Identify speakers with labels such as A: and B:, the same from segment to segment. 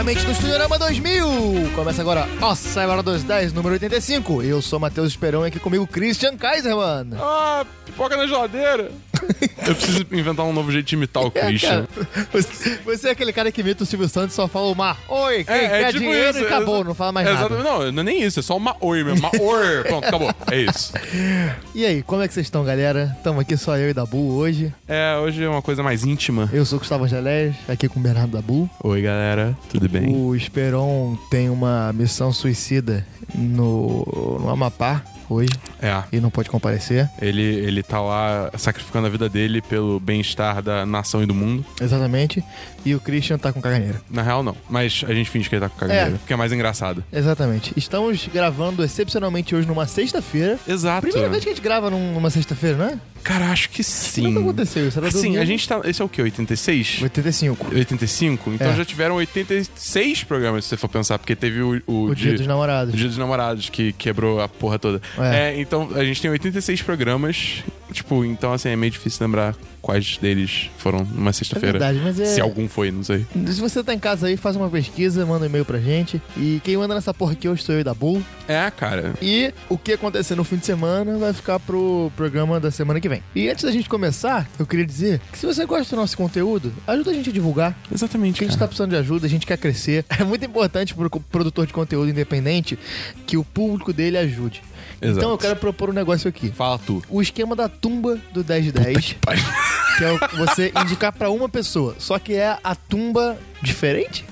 A: ouvintes do Estudiorama 2000! Começa agora, nossa, é hora dos 10, número 85. Eu sou Matheus Esperão e aqui comigo Christian Kaiserman.
B: Ah, pipoca na geladeira. Eu preciso inventar um novo jeito de
A: É,
B: imitar o Christian.
A: Você, você é aquele cara que imita o Silvio Santos e só fala o mar. Oi, quem
B: É, é
A: quer
B: tipo
A: dinheiro
B: isso,
A: e acabou,
B: exa-
A: não fala mais
B: É,
A: nada.
B: exatamente. Não, não é nem isso, é só uma oi mesmo. Uma or. Pronto, acabou. É isso.
A: E aí, como é que vocês estão, galera? Tamo aqui só eu e Dabu hoje.
B: É, hoje é uma coisa mais íntima.
A: Eu sou Gustavo Angelés, aqui com o Bernardo Dabu.
B: Oi, galera. Tudo bem?
A: O Esperon tem uma missão suicida no, no Amapá hoje
B: É.
A: e não pode comparecer.
B: Ele, ele tá lá sacrificando a vida dele pelo bem-estar da nação e do mundo.
A: Exatamente. E o Christian tá com caganeira.
B: Na real, não. Mas a gente finge que ele tá com caganeira,
A: É.
B: porque é mais engraçado.
A: Exatamente. Estamos gravando excepcionalmente hoje numa sexta-feira.
B: Exato.
A: Primeira vez que a gente grava num- numa sexta-feira, né?
B: Cara, acho que sim.
A: Nunca aconteceu isso. Era
B: Sim,
A: domingo.
B: a gente tá. Esse é o quê? 86?
A: 85.
B: 85? Então
A: É.
B: já tiveram 86 programas, se você for pensar, porque teve o, o,
A: O dia
B: de-
A: dos namorados.
B: o Dia dos Namorados, que quebrou a porra toda.
A: É.
B: É, então a gente tem 86 programas. Tipo, então assim, é meio difícil lembrar quais deles foram numa
A: É
B: sexta-feira.
A: verdade, mas é.
B: se algum foi, não sei.
A: Se você tá em casa aí, faz uma pesquisa, manda um e-mail pra gente. E quem manda nessa porra aqui hoje sou eu e da Bull.
B: É, cara.
A: E o que acontecer no fim de semana vai ficar pro programa da semana que vem. E antes da gente começar, eu queria dizer que se você gosta do nosso conteúdo, ajuda a gente a divulgar.
B: Exatamente.
A: Porque a gente tá
B: cara.
A: precisando de ajuda, a gente quer crescer. É muito importante pro co- produtor de conteúdo independente que o público dele ajude.
B: Exato.
A: Então eu quero propor um negócio aqui.
B: Fala tu.
A: O esquema da tumba do 10 de 10, que,
B: pariu.
A: é o- você indicar pra uma pessoa, só que é a tumba diferente?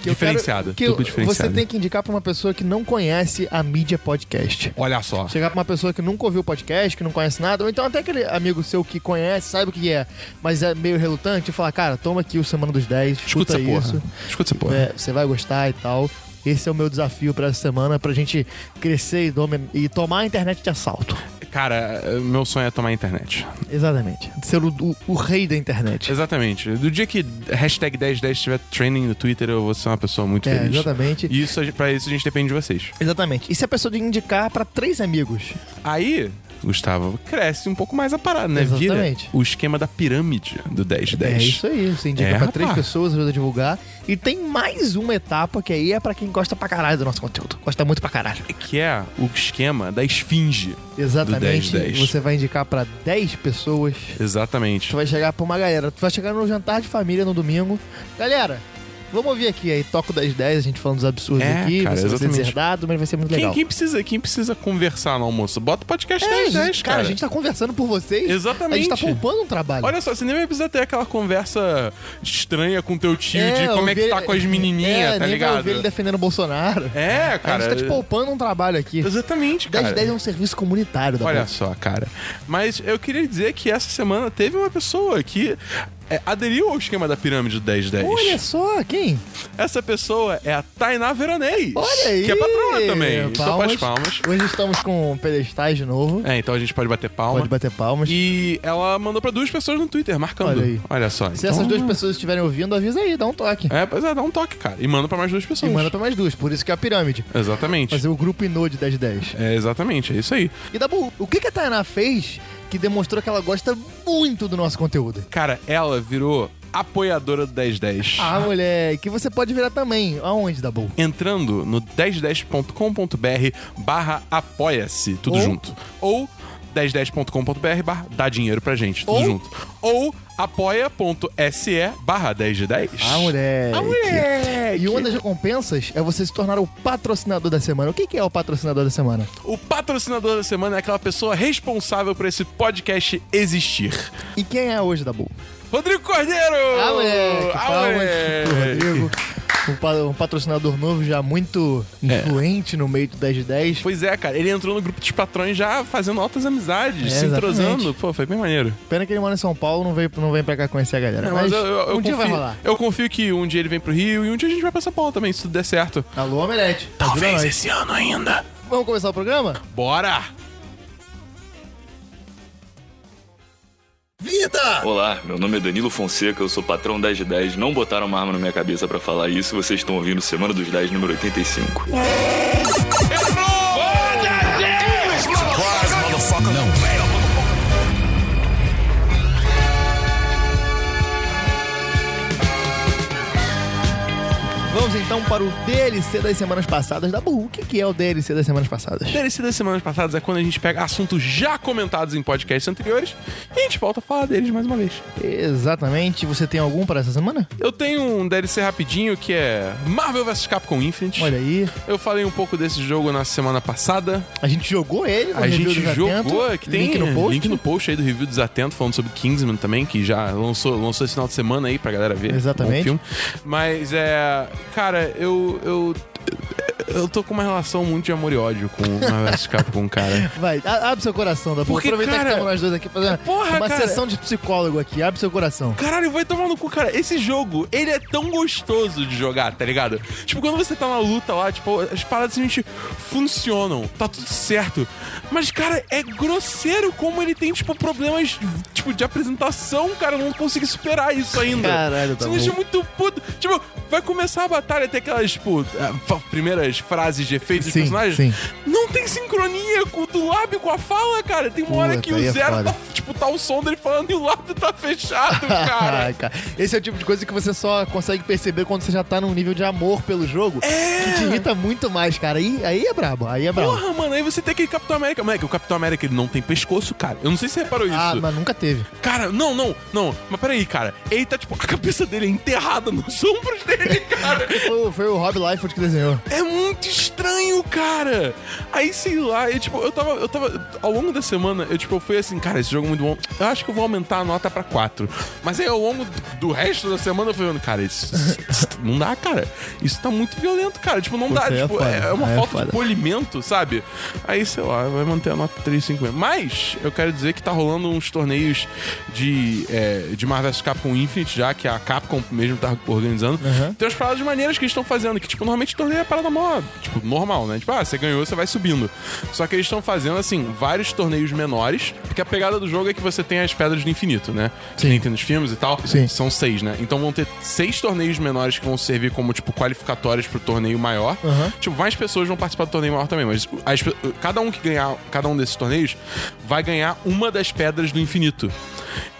A: Que eu quero-
B: Diferenciada,
A: que
B: tumba
A: eu-
B: diferenciada.
A: Você tem que indicar pra uma pessoa que não conhece a mídia podcast.
B: Olha só.
A: Chegar pra uma pessoa que nunca ouviu o podcast, que não conhece nada, ou então até aquele amigo seu que conhece, sabe o que é, mas é meio relutante, e falar, cara, toma aqui o Semana dos 10, escuta,
B: Escuta essa porra.
A: isso,
B: Escuta essa porra.
A: é, você vai gostar e tal. Esse é o meu desafio pra essa semana, pra gente crescer e, domin- e tomar a internet de assalto.
B: Cara, meu sonho é tomar a internet.
A: Exatamente. Ser o, o- o rei da internet.
B: Exatamente. Do dia que hashtag 1010 tiver trending no Twitter, eu vou ser uma pessoa muito
A: É,
B: feliz.
A: exatamente.
B: E isso, a gente- pra isso a gente depende de vocês.
A: Exatamente. E se a pessoa de indicar pra três amigos?
B: Aí, Gustavo, cresce um pouco mais a parada, né?
A: Exatamente.
B: Vira o esquema da pirâmide do 10 de 10.
A: É isso aí. Você indica
B: É,
A: pra três
B: rapaz.
A: pessoas, ajuda a divulgar. E tem mais uma etapa que aí é pra quem gosta pra caralho do nosso conteúdo. Gosta muito pra caralho.
B: Que é o esquema da esfinge.
A: Exatamente.
B: 10.
A: Você vai indicar pra 10 pessoas.
B: Exatamente.
A: Tu vai chegar pra uma galera. Tu vai chegar no jantar de família no domingo. Galera, vamos ouvir aqui aí. Toco das 10, a gente falando dos absurdos
B: É,
A: aqui.
B: cara,
A: você vai ser
B: exatamente.
A: deserdado, mas vai ser muito
B: Quem,
A: legal.
B: quem precisa, quem precisa conversar no almoço? Bota o podcast
A: É,
B: 10
A: gente,
B: 10,
A: cara,
B: cara.
A: a gente tá conversando por vocês.
B: Exatamente.
A: A gente tá poupando um trabalho.
B: Olha só, você nem vai precisar ter aquela conversa estranha com teu tio de
A: É,
B: como é que
A: ouvir-
B: tá com as menininhas,
A: é,
B: tá
A: nem vai
B: ligado?
A: ouvir ele defendendo o Bolsonaro.
B: É,
A: a
B: cara.
A: gente tá te poupando um trabalho aqui. 10
B: Exatamente, cara.
A: 10 é um serviço comunitário da
B: Olha
A: Bolsa.
B: só, cara. Mas eu queria dizer que essa semana teve uma pessoa que é, aderiu ao esquema da pirâmide do 1010.
A: Olha só, quem?
B: Essa pessoa é a Tainá Veronês.
A: Olha aí.
B: Que é patrona também. Então
A: Palmas.
B: faz palmas.
A: Hoje estamos com pedestais de novo.
B: É, então a gente pode bater palma.
A: Pode bater palmas.
B: E ela mandou pra duas pessoas no Twitter, marcando.
A: Olha aí.
B: só.
A: Se
B: então-
A: essas duas pessoas estiverem ouvindo, avisa aí, dá um toque.
B: É, pois é, dá um toque, cara. E manda pra mais duas pessoas.
A: E manda pra mais duas, por isso que é a pirâmide.
B: Exatamente.
A: Fazer um o grupo Inô de 10 10.
B: É, exatamente, é isso aí.
A: E Dabu, o que, que a Tainá fez que demonstrou que ela gosta muito do nosso conteúdo?
B: Cara, ela virou apoiadora do 1010.
A: Ah, mulher, que você pode virar também. Aonde, Dabu?
B: entrando no 1010.com.br barra apoia-se, tudo
A: Ou-
B: junto. Ou 1010.com.br barra dá dinheiro pra gente, tudo
A: Ou-
B: junto. Ou apoia.se barra 10 de 10.
A: Ah, moleque.
B: Ah, moleque.
A: E uma das recompensas é você se tornar o patrocinador da semana. O que, que é o patrocinador da semana?
B: O patrocinador da semana é aquela pessoa responsável por esse podcast existir.
A: E quem é hoje, Dabu?
B: Rodrigo Cordeiro!
A: Ah, moleque.
B: Ah,
A: Palmas pro
B: moleque.
A: Rodrigo. Um, pa- um patrocinador novo já muito
B: É.
A: influente no meio do 10 de 10.
B: Pois é, cara, ele entrou no grupo dos patrões já fazendo altas amizades,
A: É,
B: se entrosando.
A: exatamente.
B: Pô, foi bem maneiro.
A: Pena que ele mora em São Paulo, não vem, não vem pra cá conhecer a galera.
B: É,
A: mas
B: mas eu, eu- eu
A: um dia
B: confio,
A: vai rolar.
B: Eu confio que um dia ele vem pro Rio e um dia a gente vai pra São Paulo também, se tudo der certo.
A: Alô, Omelete. Ajuda
B: Talvez
A: nós.
B: esse ano ainda.
A: Vamos começar o programa?
B: Bora!
C: Olá, meu nome é Danilo Fonseca, eu sou patrão 10 de 10. Não botaram uma arma na minha cabeça pra falar isso, vocês estão ouvindo Semana dos 10, número 85.
A: Vamos então para o DLC das semanas passadas da Bull. O que, que é o DLC das semanas passadas?
B: DLC das semanas passadas é quando a gente pega assuntos já comentados em podcasts anteriores e a gente volta a falar deles mais uma vez.
A: Exatamente. Você tem algum para essa semana?
B: Eu tenho um DLC rapidinho que é Marvel vs Capcom Infinite.
A: Olha aí.
B: Eu falei um pouco desse jogo na semana passada.
A: A gente jogou ele. no
B: a
A: review
B: gente
A: do Desatento.
B: jogou, é que tem
A: Link no post.
B: link no post aí do review Desatento, falando sobre Kingsman também, que já lançou, lançou esse final de semana aí pra galera ver.
A: Exatamente.
B: Bom filme. Mas, é... Cara, eu... eu... Eu tô com uma relação muito de amor e ódio com o Marvel vs Capcom, cara.
A: Vai, a- abre seu coração, da porra.
B: Porque,
A: Aproveitar
B: cara,
A: que estamos nós dois aqui fazendo
B: porra,
A: uma
B: cara.
A: sessão de psicólogo aqui. Abre seu coração.
B: Caralho, vai tomar no cu, cara. Esse jogo, ele é tão gostoso de jogar, tá ligado? Tipo, quando você tá na luta lá, tipo, as paradas simplesmente funcionam, tá tudo certo. Mas, cara, é grosseiro como ele tem, tipo, problemas, tipo, de apresentação, cara. Eu não consegui superar isso ainda.
A: Caralho, tá
B: Isso
A: bom.
B: me deixa muito puto. Tipo, vai começar a batalha, tem aquelas, tipo, ah, fa- primeiras frases de efeitos dos
A: Sim,
B: personagens.
A: sim.
B: Não tem sincronia com, do lábio com a fala, cara. Tem uma hora
A: Puta,
B: que o
A: aí é
B: Zero
A: foda.
B: tá, tipo, tá o som dele falando e o lábio tá fechado, cara.
A: Ai, cara. Esse é o tipo de coisa que você só consegue perceber quando você já tá num nível de amor pelo jogo.
B: É.
A: Que te irrita muito mais, cara. Aí, aí é brabo, aí é brabo.
B: Porra, mano, aí você tem aquele Capitão América. Moleque, o Capitão América ele não tem pescoço, cara. Eu não sei se você reparou isso.
A: Ah, mas nunca teve.
B: Cara, não, não, não. Mas peraí, cara. Ele tá, tipo, a cabeça dele é enterrada nos ombros dele, cara.
A: Foi, o- foi o Rob Liefeld que desenhou.
B: É muito estranho, cara. Aí, sei lá, eu, tipo, eu tava, eu tava. Ao longo da semana, eu, tipo, eu fui assim, cara, esse jogo é muito bom. Eu acho que eu vou aumentar a nota pra 4. Mas aí, ao longo do- do resto da semana, eu fui vendo, cara, isso, isso não dá, cara. Isso tá muito violento, cara. Tipo, não dá.
A: Puta, aí é
B: Tipo,
A: foda.
B: é, é uma
A: Aí é
B: falta
A: foda.
B: de polimento, sabe? Aí, sei lá, vai manter a nota 3,50. Mas, eu quero dizer que tá rolando uns torneios de, é, de Marvel vs Capcom Infinite, já que a Capcom mesmo tá organizando.
A: Aham.
B: Tem umas paradas maneiras que eles estão fazendo, que, tipo, normalmente torneio é parada mó, tipo, normal, né? Tipo, ah, você ganhou, você vai subindo. Só que eles estão fazendo, assim, vários torneios menores, porque a pegada do jogo é que você tem as pedras do infinito, né?
A: Sim.
B: Que nem tem nos filmes e tal.
A: Sim.
B: São seis, né? Então vão ter seis torneios menores que vão servir como, tipo, qualificatórios pro torneio maior.
A: Aham.
B: Tipo, mais pessoas vão participar do torneio maior também, mas as pe- cada um que ganhar cada um desses torneios vai ganhar uma das pedras do infinito.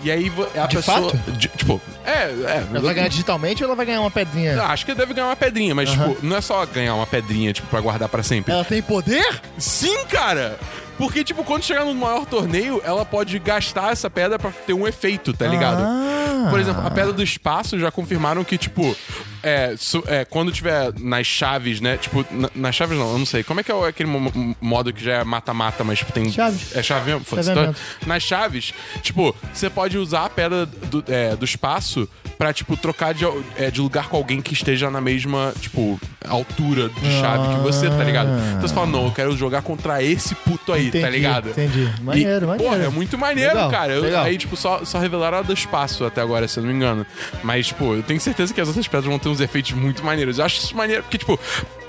B: E aí vo- a
A: De
B: pessoa.
A: fato?
B: de- tipo, é, é.
A: Ela vai ganhar digitalmente ou ela vai ganhar uma pedrinha?
B: Ah, Acho que deve ganhar uma pedrinha, mas,
A: Aham. É.
B: tipo, não é só ganhar uma pedrinha, tipo, pra guardar pra sempre.
A: Ela tem poder?
B: Sim, cara! Porque, tipo, quando chegar no maior torneio, ela pode gastar essa pedra pra ter um efeito, tá ligado?
A: Ah.
B: Por exemplo, a pedra do espaço já confirmaram que, tipo, é, su- é, quando tiver nas chaves, né? Tipo, na- nas chaves não, eu não sei. Como é que é o- aquele mo- mo- modo que já é mata-mata, mas tipo, tem.
A: Chaves.
B: É chave mesmo? Foda-se.
A: Chaveamento.
B: Então, Nas chaves, tipo, você pode usar a pedra do, é, do espaço pra, tipo, trocar de, al- é, de lugar com alguém que esteja na mesma, tipo, altura de chave que você, tá ligado? Então você fala, não, eu quero jogar contra esse puto aí, tá
A: Entendi,
B: ligado?
A: entendi. Maneiro, maneiro.
B: Porra, é muito maneiro,
A: Legal,
B: cara. Eu-
A: legal.
B: Aí, tipo, só, só revelaram a do espaço até agora, se eu não me engano. Mas, tipo, eu tenho certeza que as outras pedras vão ter uns efeitos muito maneiros. Eu acho isso maneiro, porque, tipo,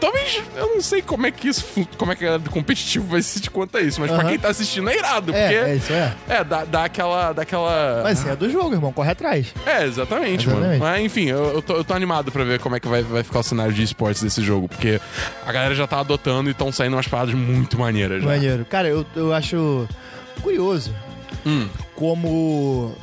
B: talvez eu não sei como é que isso, fu- como é que a galera do competitivo vai se sentir quanto a isso, mas pra
A: Aham.
B: quem tá assistindo é irado,
A: É,
B: porque.
A: é isso, é.
B: É, dá, dá aquela. Dá aquela...
A: Mas assim, é do jogo, irmão. Corre atrás.
B: É, exatamente, mano.
A: Exatamente.
B: Mas, enfim, eu, eu tô, eu tô animado pra ver como é que vai, vai ficar o cenário de esportes desse jogo, porque a galera já tá adotando e estão saindo umas paradas muito maneiras já.
A: Maneiro. Cara, eu, eu acho curioso
B: Hum.
A: como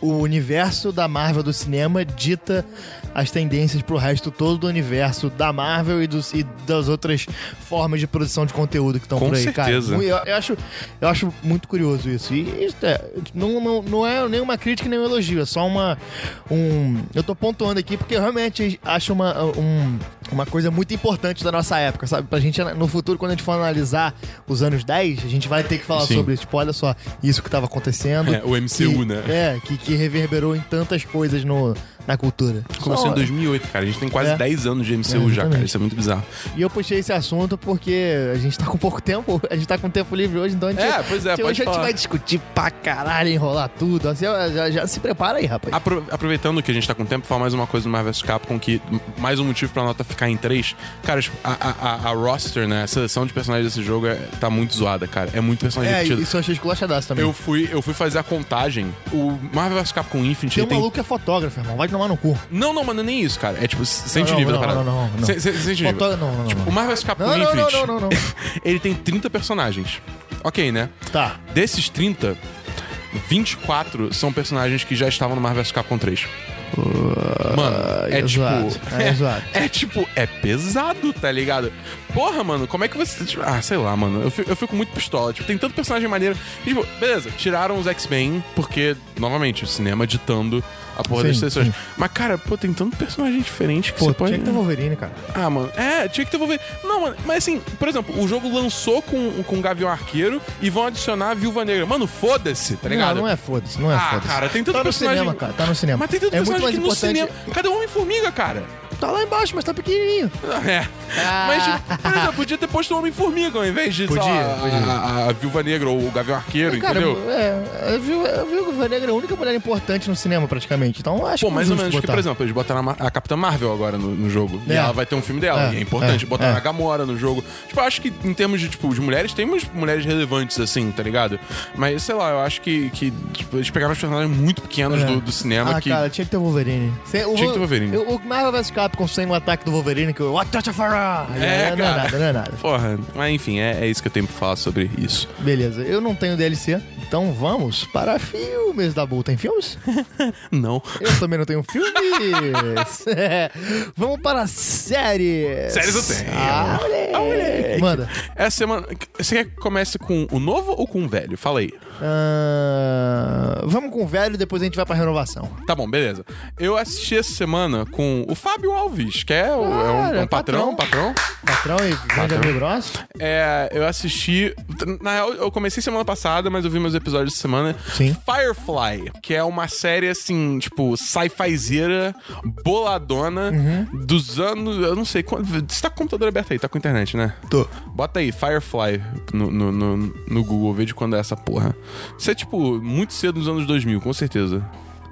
A: o universo da Marvel do cinema dita as tendências pro resto todo do universo da Marvel e, dos, e das outras formas de produção de conteúdo que estão
B: Com
A: por aí,
B: certeza.
A: cara. Eu, eu acho, eu acho muito curioso isso. E isso é, não, não, não é nenhuma crítica nem um elogio, é só uma. Um, eu tô pontuando aqui porque eu realmente acho uma, um- uma coisa muito importante da nossa época, sabe? Pra gente, no futuro, quando a gente for analisar os anos 10, a gente vai ter que falar
B: Sim.
A: sobre isso. Tipo, olha só, isso que tava acontecendo.
B: É, o MCU,
A: que-
B: né?
A: É, que, que reverberou em tantas coisas no, na cultura.
B: Começou
A: Só-
B: em 2008, cara. A gente tem quase
A: É.
B: 10 anos de
A: É,
B: MCU
A: exatamente.
B: já, cara. Isso é muito bizarro.
A: E eu puxei esse assunto porque a gente tá com pouco tempo, a gente tá com tempo livre hoje, então a gente,
B: É, pois é,
A: hoje
B: pode
A: a gente
B: falar.
A: vai discutir pra caralho, enrolar tudo. Assim, ó, já, já se prepara aí, rapaz.
B: Apro- aproveitando que a gente tá com tempo, falar mais uma coisa do Marvel vs Capcom, que mais um motivo pra nota ficar em 3. Cara, tipo, a, a- a- a roster, né? A seleção de personagens desse jogo é- tá muito zoada, cara. É muito personagem
A: é,
B: repetido.
A: isso eu achei esculachadaço também.
B: Eu fui, eu fui fazer a contagem. O Marvel vs Capcom Infinite
A: Tem um
B: ele tem
A: maluco que é fotógrafo, irmão. Vai tomar no cu.
B: Não, não, mano, nem isso, cara. É tipo, sente
A: Não,
B: o nível
A: não,
B: da parada.
A: não, não, não.
B: Se- se- Sente o nível.
A: Fotógrafo, não, não, não.
B: Tipo, o Marvel vs Capcom
A: Não, não,
B: Infinite,
A: não, não, não, não.
B: ele tem 30 personagens. Ok, né?
A: Tá.
B: Desses 30, 24 são personagens que já estavam no Marvel vs Capcom 3. Mano, é
A: exato.
B: tipo.
A: Uh, É exato.
B: é tipo, é pesado, tá ligado? Porra, mano, como é que você. tipo, ah, sei lá, mano. Eu fico, eu fico muito pistola. Tipo, tem tanto personagem maneiro. E, tipo, beleza, tiraram os X-Men, porque, novamente, o cinema ditando a porra das
A: Sim,
B: sessões.
A: sim.
B: Mas, cara, pô, tem tanto personagem diferente que
A: Pô,
B: você um
A: tinha
B: pode.
A: que ter Wolverine, cara.
B: Ah, mano. É, tinha que ter Wolverine. Não, mano, mas assim, por exemplo, o jogo lançou com, com o Gavião Arqueiro e vão adicionar a Viúva Negra. Mano, foda-se, tá ligado?
A: Não, não é foda-se, não é
B: Ah,
A: foda-se.
B: cara, tem tanto
A: tá no
B: personagem-
A: cinema, cara, tá no cinema.
B: Mas tem tanto
A: é muito
B: personagem
A: mais
B: que no
A: importante.
B: cinema. Cadê o Homem-Formiga, cara?
A: Tá lá embaixo, mas tá pequenininho.
B: É. Mas, tipo, por exemplo, podia ter posto o Homem-Formiga ao invés de, sei
A: Ah. Podia,
B: lá, a-
A: podia.
B: A, a Viúva Negra ou o Gavião Arqueiro,
A: Cara,
B: entendeu?
A: é, eu vi, eu vi o Viúva Negra, é a única mulher importante no cinema, praticamente. Então acho
B: Pô,
A: que
B: mais ou
A: justo
B: menos, porque,
A: botar.
B: por exemplo, eles botaram a, Ma- a Capitã Marvel agora no, no jogo. E
A: É.
B: ela vai ter um filme dela,
A: É,
B: e é importante.
A: é,
B: botaram
A: é.
B: a Gamora no jogo. Tipo, eu acho que em termos de, tipo, de mulheres, tem umas mulheres relevantes, assim, tá ligado? Mas, sei lá, eu acho que, que tipo, eles pegaram os personagens muito pequenos
A: É.
B: do, do cinema
A: Ah,
B: que.
A: cara, tinha que ter o Wolverine. Sem- o,
B: Tinha que
A: Wo-
B: ter Wolverine.
A: eu- O Marvel vs Capcom sem o ataque do Wolverine, que eu... What the fuck? não
B: É,
A: é
B: cara.
A: nada, não é nada.
B: Porra, mas enfim, é, é isso que eu tenho pra falar sobre isso.
A: Beleza, eu não tenho DLC, então vamos para filmes da Bull. Tem filmes?
B: Não.
A: Eu também não tenho filmes. É. Vamos para séries.
B: Séries eu tenho.
A: Ah, moleque. Manda.
B: Essa semana. Você quer que comece com o novo ou com o velho? Fala aí.
A: Ah, vamos com o velho, depois a gente vai pra renovação.
B: Tá bom, beleza. Eu assisti essa semana com o Fábio Alves, que é, o, é um,
A: Cara,
B: é um patrão, patrão.
A: patrão. Patrão e grande
B: Patrão.
A: amigo nosso.
B: É, eu assisti. Na real, eu comecei semana passada, mas eu vi meus episódios essa semana.
A: Sim.
B: Firefly, que é uma série assim, tipo, sci-fizeira, boladona, dos anos. Eu não sei. quando- Você tá com o computador aberto aí, tá com internet, né?
A: Tô.
B: Bota aí, Firefly no, no, no, no Google, vê de quando é essa porra. Isso é, tipo, muito cedo nos anos 2000, com certeza.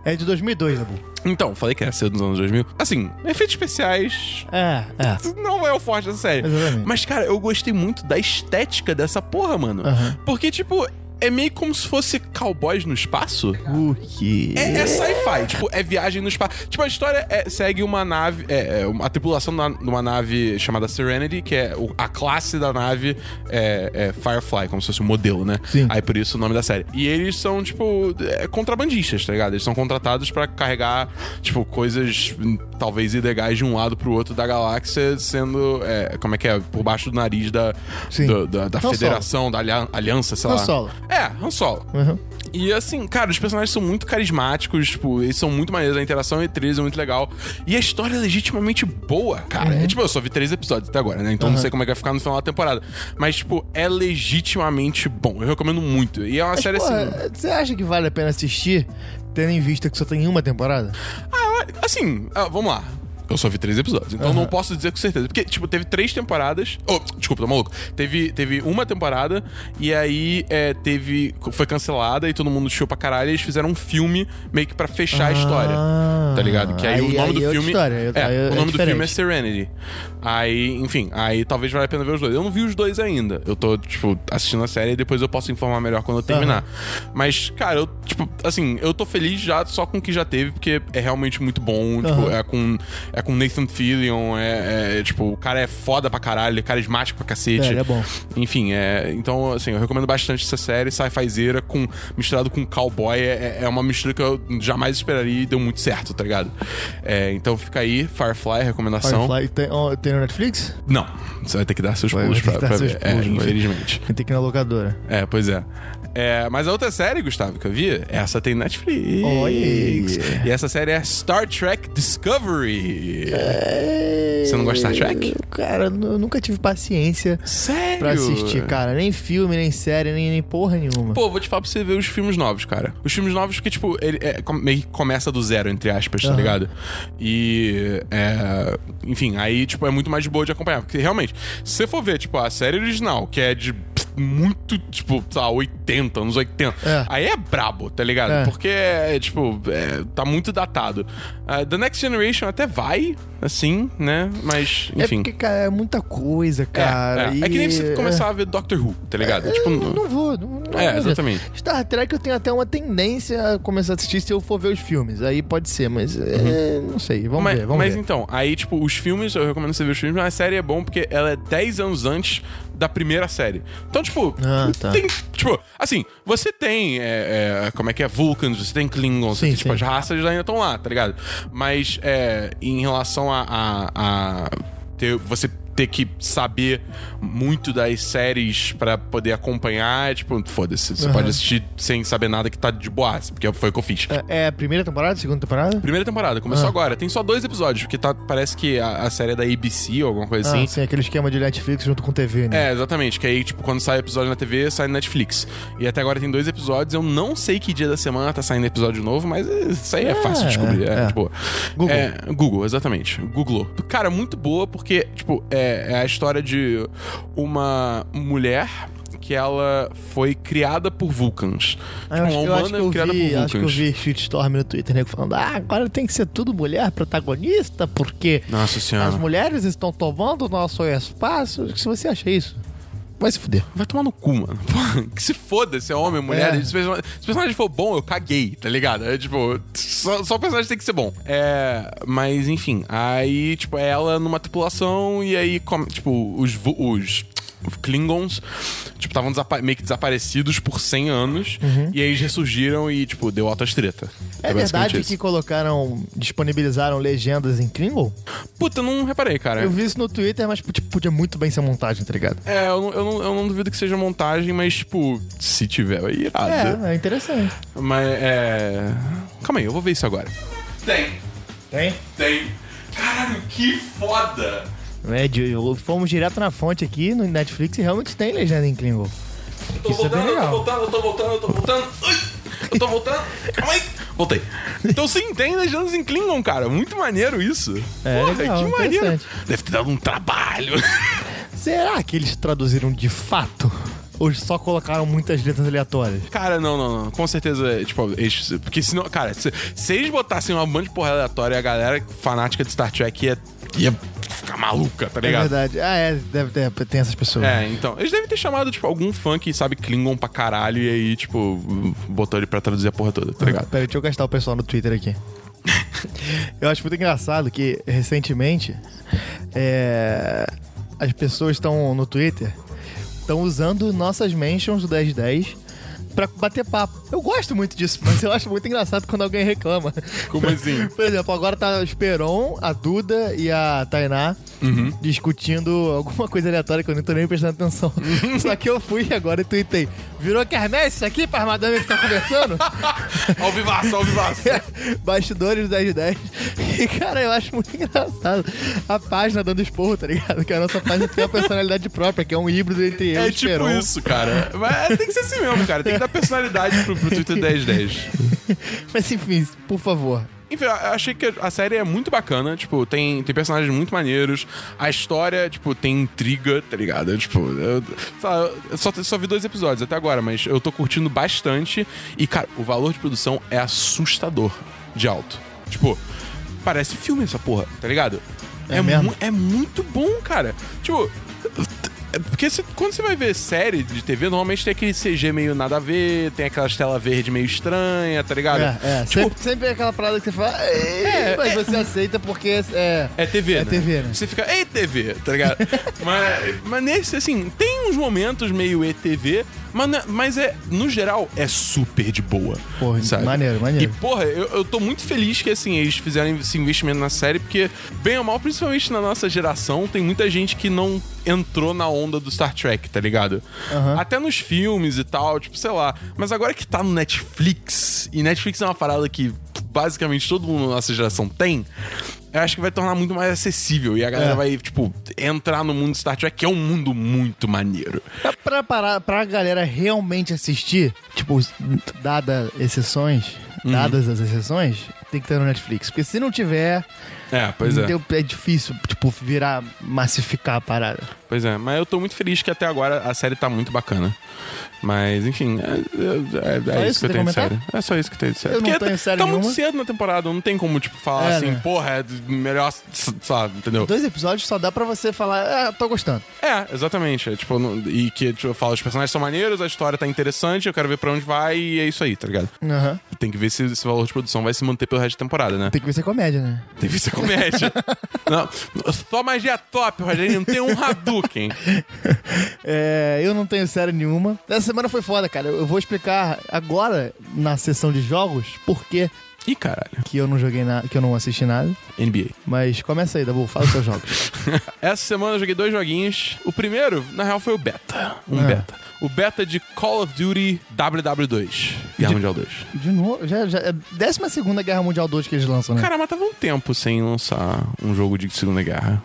A: É de 2002, Dabu.
B: Então, falei que era cedo nos anos 2000. Assim, efeitos especiais
A: É, é.
B: não é o forte dessa série.
A: Exatamente.
B: Mas, cara, eu gostei muito da estética dessa porra, mano.
A: Aham.
B: Porque, tipo, é meio como se fosse cowboys no espaço.
A: O que?
B: É, é sci-fi, tipo, é viagem no espaço. Tipo, a história é- segue uma nave, é, é, uma- a tripulação da- de uma nave chamada Serenity, que é o- a classe da nave é, é Firefly, como se fosse um modelo, né?
A: Sim.
B: Aí por isso o nome da série. E eles são, tipo, é, contrabandistas, tá ligado? Eles são contratados pra carregar, tipo, coisas hum, talvez ilegais de um lado pro outro da galáxia, sendo, é, como é que é, por baixo do nariz da,
A: Sim.
B: do- da, da
A: Han Solo.
B: federação, da alia- aliança, sei
A: Han
B: lá.
A: Solo.
B: É, Han Solo.
A: Uhum.
B: E assim, cara, os personagens são muito carismáticos, tipo, eles são muito maneiros, a interação entre eles é muito legal. E a história é legitimamente boa, cara. É, tipo, eu só vi três episódios até agora, né? Então não sei como é que vai ficar no final da temporada. Mas, tipo, é legitimamente bom. Eu recomendo muito. E é uma série
A: Porra,
B: assim.
A: Você acha que vale a pena assistir, tendo em vista que só tem uma temporada?
B: Ah, eu- assim, ah, vamos lá. Eu só vi três episódios, então não posso dizer com certeza. Porque, tipo, teve três temporadas. Oh, desculpa, tô maluco. Teve, teve uma temporada, e aí é, teve. Foi cancelada e todo mundo chiou pra caralho. E eles fizeram um filme meio que pra fechar a história.
A: Ah,
B: Tá ligado? Que aí, o
A: aí-
B: nome
A: aí é
B: do
A: outra
B: filme.
A: história, é-
B: é,
A: aí é
B: o nome do filme é
A: diferente.
B: Serenity. Aí, enfim, aí talvez valha a pena ver os dois. Eu não vi os dois ainda. Eu tô, tipo, assistindo a série e depois eu posso informar melhor quando eu terminar. Mas, cara, eu, tipo, assim, eu tô feliz já só com o que já teve, porque é realmente muito bom. Tipo,
A: Aham.
B: é com é com Nathan Fillion, é, é, tipo, o cara é foda pra caralho, ele é carismático pra
A: É,
B: cacete.
A: ele é bom.
B: Enfim, é. Então, assim, eu recomendo bastante essa série, sci-fizeira, com, misturado com cowboy. É, é uma mistura que eu jamais esperaria e deu muito certo, tá ligado? É, então fica aí, Firefly, recomendação.
A: Firefly tem, ó, tem no Netflix?
B: Não, você vai ter que dar seus
A: Vai
B: pulos
A: ter que
B: pra,
A: dar
B: pra
A: seus
B: ver.
A: pulos,
B: é,
A: vai.
B: infelizmente.
A: Tem que ir na locadora.
B: É, pois é. É, Mas a outra série, Gustavo, que eu vi, essa tem Netflix.
A: Olha.
B: E essa série é Star Trek Discovery.
A: É.
B: Você não gosta de Star Trek?
A: Cara, eu nu- nunca tive paciência
B: Sério?
A: pra assistir, cara. Nem filme, nem série, nem, nem porra nenhuma.
B: Pô, vou te falar pra você ver os filmes novos, cara. Os filmes novos que, tipo, ele é, com- meio que começa do zero, entre aspas, tá
A: Aham.
B: ligado? E. é, enfim, aí, tipo, é muito mais de boa de acompanhar. Porque realmente, se você for ver, tipo, a série original, que é de pss, muito, tipo, sei lá, 80, anos 80.
A: É.
B: Aí é brabo, tá ligado?
A: É.
B: Porque, é, tipo, é, tá muito datado. Ah, The Next Generation até vai, assim, né? Mas,
A: é
B: enfim.
A: porque, cara, é muita coisa,
B: É,
A: cara.
B: é.
A: e-
B: É que nem você começar a ver Doctor Who, tá ligado? tipo,
A: Não vou, não, não não
B: É,
A: vou ver.
B: exatamente.
A: Star Trek eu tenho até uma tendência a começar a assistir se eu for ver os filmes. Aí pode ser, mas é, não sei. Vamos
B: mas,
A: ver, vamos
B: mas
A: ver.
B: então, aí, tipo, os filmes, eu recomendo você ver os filmes, mas a série é bom porque ela é 10 anos antes da primeira série. Então, tipo,
A: Ah, tá.
B: tem. Tipo, assim, você tem. é, é, como é que é? Vulcans, você tem Klingons, você
A: Sim,
B: tem, tipo,
A: sim.
B: as raças ainda estão lá, tá ligado? Mas é, em relação a. a- a ter- você ter que saber muito das séries pra poder acompanhar, é, tipo, foda-se, você
A: Aham.
B: pode assistir sem saber nada que tá de boas, porque foi o que eu fiz.
A: É, é a primeira temporada, segunda temporada?
B: Primeira temporada, começou
A: Ah.
B: agora. Tem só dois episódios, porque tá, parece que a, a série é da ABC ou alguma coisa
A: Ah,
B: assim.
A: sim, aquele esquema de Netflix junto com TV, né?
B: É, exatamente. Que aí, tipo, quando sai episódio na TV, sai no Netflix. E até agora tem dois episódios. Eu não sei que dia da semana tá saindo episódio novo, mas eh, isso aí é,
A: É,
B: fácil de descobrir. É,
A: é.
B: de boa.
A: Google.
B: É, Google, exatamente. Google. Cara, muito boa, porque, tipo, é, é a história de uma mulher que ela foi criada por vulcans. Tipo,
A: Ah, eu acho,
B: uma
A: eu acho que eu
B: criada
A: vi,
B: um por
A: acho que eu
B: vulcans.
A: vi shitstorm no Twitter, nego falando, ah, agora tem que ser tudo mulher protagonista, porque
B: Nossa senhora.
A: as mulheres estão tomando o nosso espaço. Se você acha isso, vai se fuder.
B: Vai tomar no cu, mano. Pô, Que se foda se é homem ou mulher.
A: É.
B: Se o person- se o personagem for bom, eu caguei, tá ligado? É tipo, só, só o personagem tem que ser bom. É. Mas enfim, aí, tipo, é ela numa tripulação e aí, come- tipo, os. vu- os Klingons, tipo, estavam desapa- meio que desaparecidos por 100 anos. E aí eles ressurgiram e, tipo, deu altas treta.
A: Uhum. É
B: basicamente
A: verdade
B: isso.
A: que colocaram, disponibilizaram legendas em Klingon?
B: Puta, eu não reparei, cara.
A: Eu vi isso no Twitter, mas tipo, podia muito bem ser montagem, tá ligado?
B: É, eu não, eu, não, eu não duvido que seja montagem, mas, tipo, se tiver, é irado.
A: É, é interessante.
B: Mas é. Calma aí, eu vou ver isso agora. Tem,
A: Tem?
B: tem. Caralho, que foda!
A: É, de- eu- fomos direto na fonte aqui no Netflix e realmente tem legenda em Klingon.
B: Eu tô
A: Isso é
B: voltando,
A: bem
B: eu tô
A: legal.
B: voltando, eu tô voltando, eu tô voltando. Ai, eu tô voltando. Calma aí. Voltei. Então sim, tem legendas em Klingon, cara. Muito maneiro isso.
A: É,
B: Porra,
A: legal,
B: que maneiro.
A: interessante.
B: Deve ter dado um trabalho.
A: Será que eles traduziram de fato? Ou só colocaram muitas letras aleatórias?
B: Cara, não, não, não. Com certeza, tipo, eles, porque senão, cara, se, se eles botassem uma banda de porra aleatória, a galera fanática de Star Trek ia, ia ficar maluca, tá
A: É
B: ligado?
A: verdade. Ah, é, deve ter, tem essas pessoas.
B: É, então. Eles devem ter chamado, tipo, algum fã que sabe Klingon pra caralho e aí, tipo, botou ele pra traduzir a porra toda, tá ligado?
A: Peraí, deixa eu gastar o pessoal no Twitter aqui. eu acho muito engraçado que, recentemente, é, as pessoas estão no Twitter estão usando nossas mentions do 1010 pra bater papo. Eu gosto muito disso, mas eu acho muito engraçado quando alguém reclama.
B: Como assim?
A: Por exemplo, agora tá o Esperon, a Duda e a Tainá discutindo alguma coisa aleatória que eu nem tô nem prestando atenção. Só que eu fui agora e tuitei. Virou quermesse isso aqui pra madame ficar conversando?
B: Ao vivaço, ao vivaço.
A: Bastidores 10 de 10. E, cara, eu acho muito engraçado. A página dando esporro, tá ligado? Que a nossa página tem uma personalidade própria, que é um híbrido entre eu e
B: É
A: o
B: tipo
A: Esperon.
B: isso, cara. Mas tem que ser assim mesmo, cara. Tem que dar personalidade pro, pro Twitter 1010.
A: Mas enfim, por favor.
B: Enfim, eu achei que a série é muito bacana. Tipo, tem, tem personagens muito maneiros. A história, tipo, tem intriga, tá ligado? Eu, tipo, eu, sei lá, eu só, só vi dois episódios até agora, mas eu tô curtindo bastante. E, cara, o valor de produção é assustador de alto. Tipo, parece filme essa porra, tá ligado?
A: É mesmo?
B: mu- é muito bom, cara. Tipo. é Porque você- quando você vai ver série de TV, normalmente tem aquele CG meio nada a ver, tem aquelas tela verde meio estranha, tá ligado?
A: É, é.
B: Tipo,
A: sempre, sempre é aquela parada que você fala,
B: É,
A: mas
B: é.
A: você aceita porque é.
B: É TV, né?
A: TV, né?
B: Você fica, ei, TV, tá ligado? mas, mas nesse, assim, tem uns momentos meio ETV, mas, não é- mas é, no geral, é super de boa.
A: Porra,
B: sabe?
A: maneiro, maneiro.
B: E, porra, eu, eu tô muito feliz que, assim, eles fizeram esse investimento na série, porque, bem ou mal, principalmente na nossa geração, tem muita gente que não entrou na onda do Star Trek, tá ligado?
A: Aham.
B: Até nos filmes e tal, tipo, sei lá. Mas agora que tá no Netflix, e Netflix é uma parada que basicamente todo mundo na nossa geração tem, eu acho que vai tornar muito mais acessível. E a galera
A: É.
B: vai, tipo, entrar no mundo Star Trek, que é um mundo muito maneiro.
A: Pra, é pra, parar- pra galera realmente assistir, tipo,
B: Uhum.
A: dada exceções, dadas as exceções, tem que ter no Netflix. Porque se não tiver,
B: É, pois é.
A: Então é difícil, tipo, virar, massificar a parada.
B: Pois é, mas eu tô muito feliz que até agora a série tá muito bacana. Mas, enfim, é, é- é
A: Só
B: isso
A: isso
B: que eu
A: que
B: tenho de
A: tem a
B: série. É só isso que eu tenho de série.
A: Eu não
B: Porque
A: tenho
B: tá-
A: série
B: Tá
A: nenhuma.
B: muito cedo na temporada, não tem como, tipo, falar
A: É,
B: assim,
A: né?
B: porra, é melhor, s- sabe, entendeu?
A: Dois episódios só dá pra você falar, ah, tô gostando.
B: É, exatamente. É, tipo, não- e que tipo, eu falo, os personagens são maneiros, a história tá interessante, eu quero ver pra onde vai e é isso aí, tá ligado?
A: Aham.
B: Tem que ver se esse valor de produção vai se manter pelo resto da temporada, né?
A: Tem que ver se é comédia, né?
B: Tem que ser comédia. não, só magia top, Rogério, não tem um Hadouken.
A: É, eu não tenho série nenhuma. Essa semana foi foda, cara. Eu vou explicar agora, na sessão de jogos, por que
B: Ih, caralho.
A: que eu não joguei nada, que eu não assisti nada.
B: NBA.
A: Mas começa aí, Dabu, fala os seus jogos.
B: Essa semana eu joguei dois joguinhos. O primeiro, na real, foi o beta. Um
A: Ah.
B: beta. O beta de Call of Duty WW2. Guerra
A: De-
B: Mundial 2.
A: De novo, já, já, é 12 Guerra Mundial 2 que eles lançam, né?
B: Cara, mas tava um tempo sem lançar um jogo de Segunda Guerra.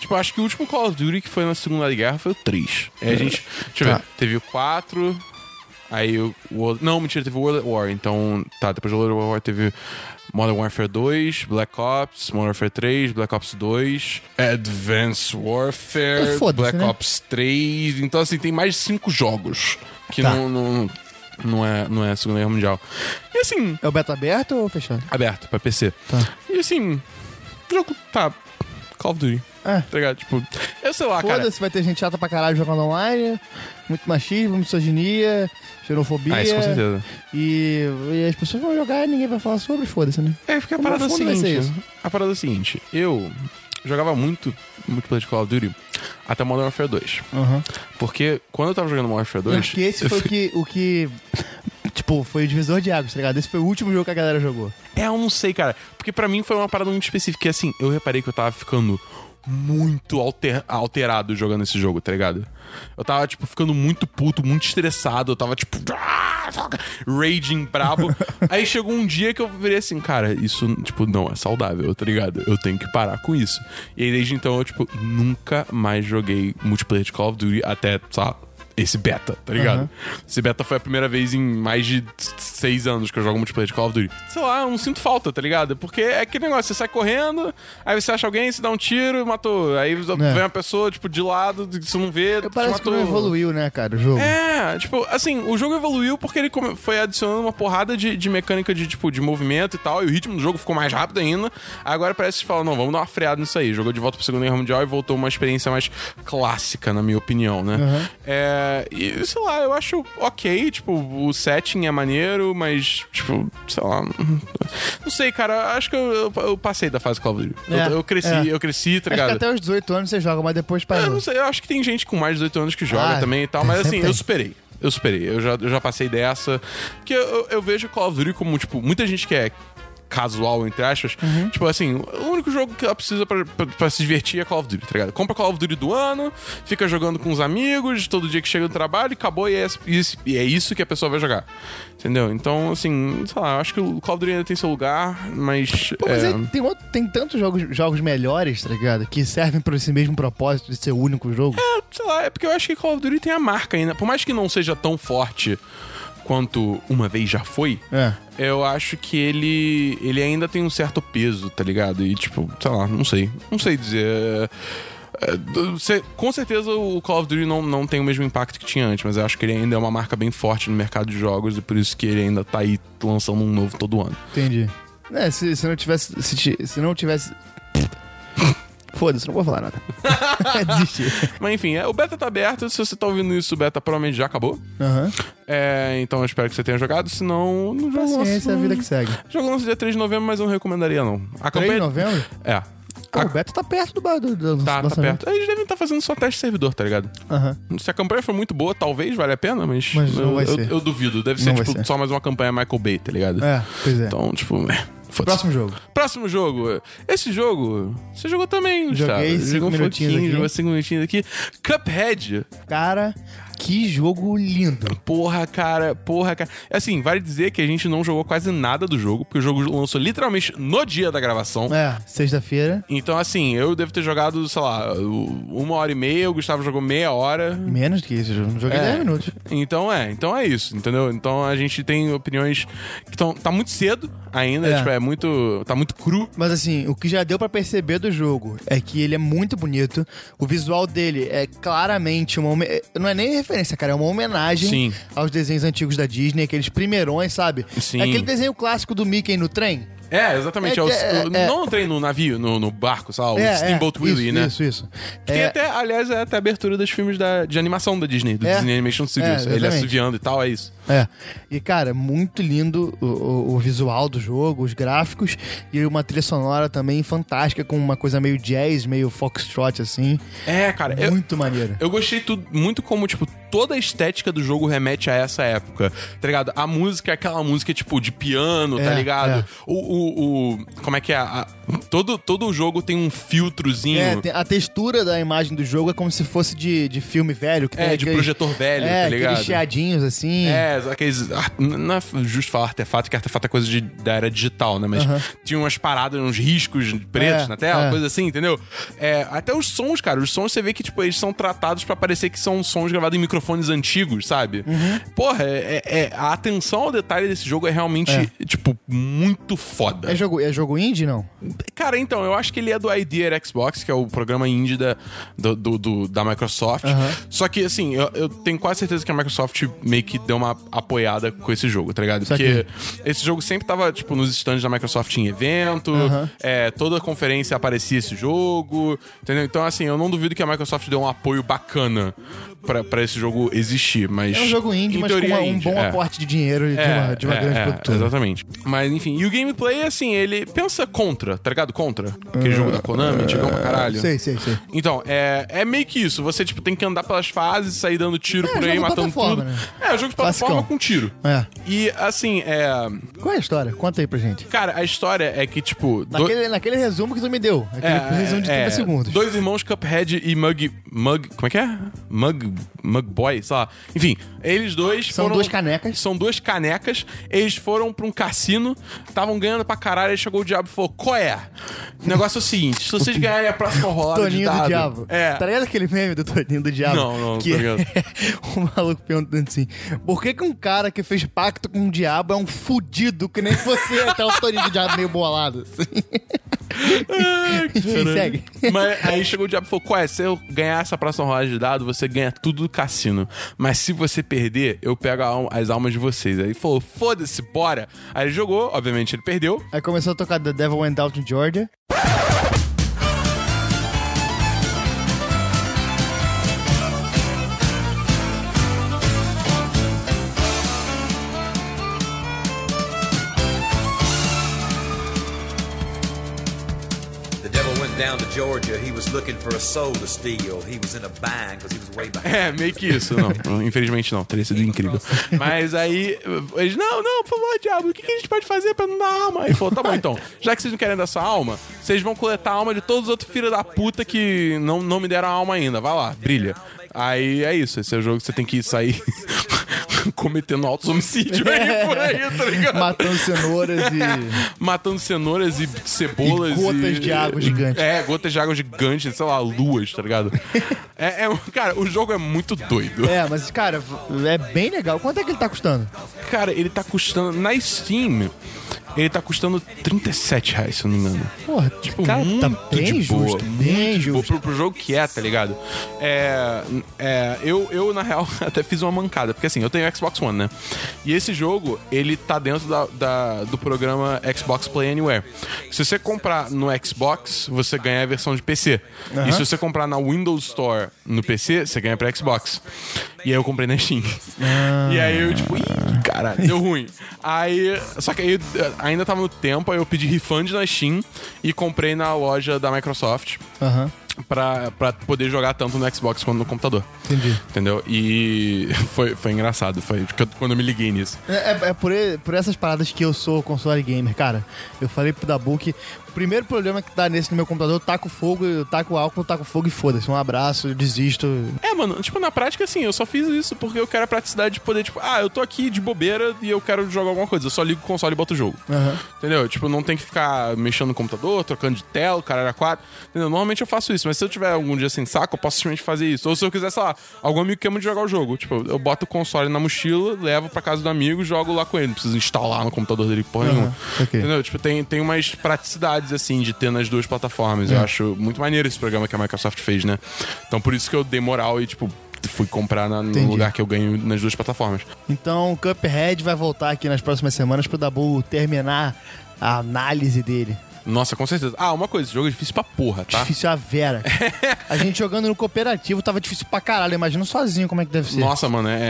B: Tipo, acho que o último Call of Duty que foi na Segunda Guerra foi o 3. Aí a gente. Deixa eu
A: Tá.
B: ver. Teve o 4. Aí o. World- Não, mentira, teve o World at War. Então, tá, depois do World at War teve. Modern Warfare 2, Black Ops, Modern Warfare 3, Black Ops 2, Advanced Warfare,
A: É, foda-se,
B: Black
A: né?
B: Ops 3. Então, assim, tem mais de 5 jogos que
A: Tá.
B: não, não, não, é, não é a Segunda Guerra Mundial. E assim,
A: É o beta aberto ou fechado?
B: aberto pra PC.
A: Tá.
B: E assim, o jogo tá. Call of Duty,
A: É.
B: tá ligado? Tipo, eu sei lá, cara.
A: Foda-se, vai ter gente chata pra caralho jogando online. Muito machismo, misoginia, xerofobia.
B: Ah, isso com certeza.
A: E, e as pessoas vão jogar e ninguém vai falar sobre, foda-se, né?
B: É, porque a
A: Como
B: parada é a
A: no fundo vai ser
B: seguinte. A parada é a seguinte, eu jogava muito multiplayer de Call of Duty até Modern Warfare 2.
A: Aham.
B: Porque quando eu tava jogando Modern Warfare 2.
A: Porque esse foi o que, o que. Tipo, foi o divisor de águas, tá ligado? Esse foi o último jogo que a galera jogou.
B: É, eu não sei, cara. Porque pra mim foi uma parada muito específica. E assim, eu reparei que eu tava ficando muito alter- alterado jogando esse jogo, tá ligado? Eu tava, tipo, ficando muito puto, muito estressado. Eu tava, tipo, "Ah, fuck", raging, brabo. Aí chegou um dia que eu virei assim, cara, isso, tipo, não é saudável, tá ligado? Eu tenho que parar com isso. E aí, desde então, eu, tipo, nunca mais joguei multiplayer de Call of Duty até, sabe? Esse beta, tá ligado?
A: Aham.
B: Esse beta foi a primeira vez em mais de seis anos que eu jogo multiplayer de Call of Duty. Sei lá, eu não sinto falta, tá ligado? Porque é aquele negócio, você sai correndo, aí você acha alguém, você dá um tiro e matou. Aí vem uma pessoa, tipo, de lado, que você não vê, você
A: Parece que
B: matou.
A: não evoluiu, né, cara, o jogo.
B: É, tipo, assim, o jogo evoluiu porque ele come- foi adicionando uma porrada de, de mecânica de, tipo, de movimento e tal, e o ritmo do jogo ficou mais rápido ainda. Agora parece que falam, não, vamos dar uma freada nisso aí. Jogou de volta pro Segunda Guerra Mundial e voltou uma experiência mais clássica, na minha opinião, né?
A: Aham.
B: É, e, sei lá, eu acho ok, tipo, o setting é maneiro, mas, tipo, sei lá, não sei, cara, acho que eu, eu- eu passei da fase Call of Duty. Eu-
A: É,
B: eu, cresci,
A: é.
B: eu cresci,
A: Acho que
B: tá ligado?
A: até os 18 anos você joga, mas depois
B: Eu
A: parou.
B: É, não sei, eu acho que tem gente com mais de 18 anos que joga
A: Ah,
B: também e tal, mas assim,
A: sempre
B: eu
A: tem.
B: superei. Eu superei, eu já, eu já passei dessa. Porque eu- eu, eu vejo Call of Duty como, tipo, muita gente que é casual, entre aspas.
A: Uhum.
B: Tipo assim, o único jogo que ela precisa pra, pra- pra se divertir é Call of Duty, tá ligado? Compra Call of Duty do ano, fica jogando com os amigos, todo dia que chega do trabalho, e acabou e é, isso- e é isso que a pessoa vai jogar. Entendeu? Então, assim, sei lá, eu acho que o Call of Duty ainda tem seu lugar, mas.
A: Pô, mas
B: é,
A: aí tem, outro- tem tantos jogos, jogos melhores, tá ligado? Que servem pra esse mesmo propósito de ser o único jogo.
B: sei lá, é porque eu acho que Call of Duty tem a marca ainda. Por mais que não seja tão forte quanto uma vez já foi,
A: É.
B: eu acho que ele ele ainda tem um certo peso, tá ligado? E tipo, sei lá, não sei. Não sei dizer. É, é, do- cê- com certeza o Call of Duty não, não tem o mesmo impacto que tinha antes, mas eu acho que ele ainda é uma marca bem forte no mercado de jogos e por isso que ele ainda tá aí lançando um novo todo ano.
A: Entendi. É, se, se não tivesse. Se, ti- se não tivesse. Foda-se, não vou falar nada. Desisti.
B: Mas enfim, é, o beta tá aberto. Se você tá ouvindo isso, o beta provavelmente já acabou.
A: Aham.
B: É, então eu espero que você tenha jogado, senão não jogo
A: Paciência, é a vida que segue.
B: Jogo lança dia 3 de novembro, mas eu não recomendaria, não. A
A: 3 de
B: campanha-
A: novembro?
B: É.
A: Pô,
B: A-
A: o Beto tá perto do, ba- do, do
B: Tá, tá
A: lançamento.
B: perto. Eles devem estar fazendo só teste de servidor, tá ligado?
A: Aham.
B: Se a campanha for muito boa, talvez valha a pena, mas.
A: Mas não
B: eu,
A: vai
B: eu-
A: ser.
B: eu duvido. Deve ser,
A: Não vai
B: tipo,
A: ser.
B: só mais uma campanha Michael Bay, tá ligado?
A: É, pois é.
B: Então, tipo, é. foda-se.
A: Próximo jogo.
B: Próximo jogo. Esse jogo. Você jogou também, Gustavo.
A: Joguei cinco
B: Jogou um
A: minutinhos
B: pouquinho,
A: aqui.
B: Jogou cinco minutinhos aqui. Cuphead.
A: Cara, que jogo lindo.
B: Porra, cara, porra, cara. Assim, vale dizer que a gente não jogou quase nada do jogo, porque o jogo lançou literalmente no dia da gravação.
A: É, sexta-feira,
B: Então, assim, eu devo ter jogado, sei lá, uma hora e meia, o Gustavo jogou meia hora.
A: menos do que isso, eu não joguei
B: É.
A: 10 minutos.
B: Então é, então é isso, entendeu? Então a gente tem opiniões que tão, tá muito cedo ainda,
A: É.
B: tipo, é muito. tá muito cru.
A: Mas assim, o que já deu pra perceber do jogo é que ele é muito bonito. O visual dele é claramente uma. home- Não é nem referência, cara, é uma homenagem
B: Sim.
A: aos desenhos antigos da Disney, aqueles primeirões, sabe?
B: Sim.
A: É aquele desenho clássico do Mickey no trem.
B: É,
A: É
B: exatamente. é o-
A: que- é-
B: o-
A: é-
B: não entrei no navio, no, no barco, sei lá, o
A: é,
B: Steamboat
A: é,
B: Willie,
A: isso,
B: né?
A: Isso, isso.
B: Tem
A: É,
B: até, aliás, é até a abertura dos filmes da, de animação da Disney, do
A: É.
B: Disney Animation Studios. Ele
A: exatamente.
B: assoviando e tal, é isso.
A: É. E, cara, muito lindo o, o- o visual do jogo, os gráficos e uma trilha sonora também fantástica, com uma coisa meio jazz, meio foxtrot, assim.
B: É, cara, eu,
A: muito maneiro.
B: Eu gostei tudo, muito como, tipo, toda a estética do jogo remete a essa época, tá ligado? A música é aquela música, tipo, de piano, tá
A: É,
B: ligado?
A: é.
B: O, o, o- Como é que é? A- todo, todo o jogo tem um filtrozinho.
A: É, tem- a textura da imagem do jogo é como se fosse de, de filme velho. Que tem
B: É, de
A: aqueles-
B: projetor velho,
A: é,
B: tá ligado?
A: aqueles chiadinhos, assim.
B: É, aqueles. ar- Não é justo falar artefato, que artefato é coisa de- da era digital, né? Mas tinha umas paradas, uns riscos pretos
A: É,
B: na tela,
A: é.
B: coisa assim, entendeu? É, até os sons, cara, os sons você vê que, tipo, eles são tratados pra parecer que são sons gravados em microfones antigos, sabe?
A: Uhum.
B: Porra, é, é- é- a atenção ao detalhe desse jogo é realmente, tipo, muito foda.
A: É jogo, é jogo indie, não?
B: Cara, então, eu acho que ele é do Idea Xbox, que é o programa indie da, do, do- do- da Microsoft. Só que, assim, eu, eu tenho quase certeza que a Microsoft meio que deu uma apoiada com esse jogo, tá ligado? Porque esse jogo sempre tava, tipo, nos stands da Microsoft em evento, é, toda conferência aparecia esse jogo, entendeu? Então, assim, eu não duvido que a Microsoft deu um apoio bacana pra, pra esse jogo existir, mas...
A: É um jogo indie,
B: em
A: mas com
B: teoria
A: uma-
B: é
A: um
B: indie,
A: bom
B: é.
A: aporte de dinheiro de uma, de uma grande produtora.
B: Exatamente. Mas enfim, e o gameplay, assim, ele pensa contra, tá ligado? Contra. Aquele jogo da Konami, antigão pra caralho.
A: Ah, é, Sei, sei, sei.
B: Então, é, é meio que isso. Você, tipo, tem que andar pelas fases, sair dando tiro
A: É,
B: por
A: jogo
B: aí,
A: de
B: matando
A: plataforma,
B: tudo.
A: né?
B: É, jogo de plataforma
A: Classicão.
B: com tiro.
A: É.
B: E, assim, é...
A: Qual é a história? Conta aí pra gente.
B: Cara, a história é que, tipo... do-
A: Naquele, naquele resumo que tu me deu. Aquele resumo de 30
B: é,
A: segundos.
B: Dois irmãos Cuphead e Mug. Mug. Como é que é? Mug. Mug Boy, sei lá. Enfim, eles dois.
A: São
B: foram-
A: duas canecas.
B: São duas canecas. Eles foram pra um cassino, estavam ganhando pra caralho. Aí chegou o diabo e falou: Qual é? O negócio é o seguinte: se vocês ganharem a próxima rolada de
A: Toninho
B: dado.
A: do Diabo.
B: É.
A: Tá ligado aquele meme do Toninho do Diabo?
B: Não, não,
A: que
B: tô ligado.
A: O maluco perguntando assim: por que, que um cara que fez pacto com o diabo é um fudido que nem você? tá o Toninho do Diabo meio bolado. assim.
B: Ai, caralho.
A: segue.
B: Mas aí chegou o diabo e falou: Qual é? Se eu ganhar essa próxima rodada de dado, você ganha tudo do cassino. Mas se você perder, eu pego a al- as almas de vocês. Aí ele falou: Foda-se, bora. Aí ele jogou, obviamente ele perdeu.
A: Aí começou a tocar The Devil Went Out in Georgia.
D: The devil went down to Georgia. He was looking for a soul to steal. He was in a bind because he was way behind.
B: É, meio que isso, não. Infelizmente não, teria sido incrível. Mas aí, eles, não, não, por favor, diabo, o que, que a gente pode fazer pra não dar alma? Aí ele falou, tá bom então, já que vocês não querem dar sua alma, vocês vão coletar a alma de todos os outros filhos da puta que não, não me deram a alma ainda. Vai lá, brilha. Aí é isso, esse é o jogo que você tem que sair cometendo altos homicídios
A: É.
B: aí por aí, tá ligado?
A: Matando cenouras e.
B: Matando cenouras e cebolas.
A: E gotas de água gigante.
B: É, gotas de água gigante, sei lá, luas, tá ligado? é, é- cara, o jogo é muito doido.
A: É, mas, cara, v- é bem legal. Quanto é que ele tá custando?
B: Cara, ele tá custando. Na Steam, ele tá custando 37 reais, se eu não me engano.
A: Porra,
B: Tipo,
A: cara,
B: muito
A: tá bem
B: de boa,
A: justo.
B: muito
A: Bem
B: de boa
A: justo.
B: pro, pro jogo que é, tá ligado? É, é, eu, eu, na real, até fiz uma mancada. Porque assim, eu tenho Xbox One, né? E esse jogo, ele tá dentro da, da- do programa Xbox Play Anywhere. Se você comprar no Xbox, você ganha a versão de PC. E se você comprar na Windows Store no PC, você ganha pra Xbox. E aí eu comprei na Steam. E aí eu, tipo, ih, caralho, deu ruim. Aí, só que aí eh, ainda tava no tempo, aí eu pedi refund na Steam e comprei na loja da Microsoft
A: Aham,
B: pra, pra poder jogar tanto no Xbox quanto no computador.
A: entendi.
B: Entendeu? E foi, foi engraçado, foi porque eu- quando eu me liguei nisso.
A: É, é- é por, e- por essas paradas que eu sou console gamer, cara. Eu falei pro Dabu que Primeiro problema que dá nesse no meu computador, eu taco fogo, eu taco álcool, eu taco fogo e foda-se. Um abraço, eu desisto.
B: É, mano, tipo, na prática, assim, eu só fiz isso porque eu quero a praticidade de poder, tipo, ah, eu tô aqui de bobeira e eu quero jogar alguma coisa. Eu só ligo o console e boto o jogo. Entendeu? Tipo, não tem que ficar mexendo no computador, trocando de tela, caralho, a quatro. Entendeu? Normalmente eu faço isso, mas se eu tiver algum dia sem saco, eu posso simplesmente fazer isso. Ou se eu quiser, sei lá, algum amigo que ama de jogar o jogo. Tipo, eu boto o console na mochila, levo pra casa do amigo, jogo lá com ele. Não preciso instalar no computador dele porra nenhuma.
A: ok.
B: Entendeu? Tipo, tem, tem umas praticidades, assim, de ter nas duas plataformas.
A: É.
B: Eu acho muito maneiro esse programa que a Microsoft fez, né? Então por isso que eu dei moral e, tipo, fui comprar na- no
A: Entendi.
B: lugar que eu ganho nas duas plataformas.
A: Então, o Cuphead vai voltar aqui nas próximas semanas pro Dabu terminar a análise dele.
B: Nossa, com certeza. Ah, uma coisa, esse jogo é difícil pra porra, tá?
A: Difícil a Vera. a gente jogando no cooperativo tava difícil pra caralho. Imagina sozinho como é que deve ser.
B: Nossa, mano, é, é,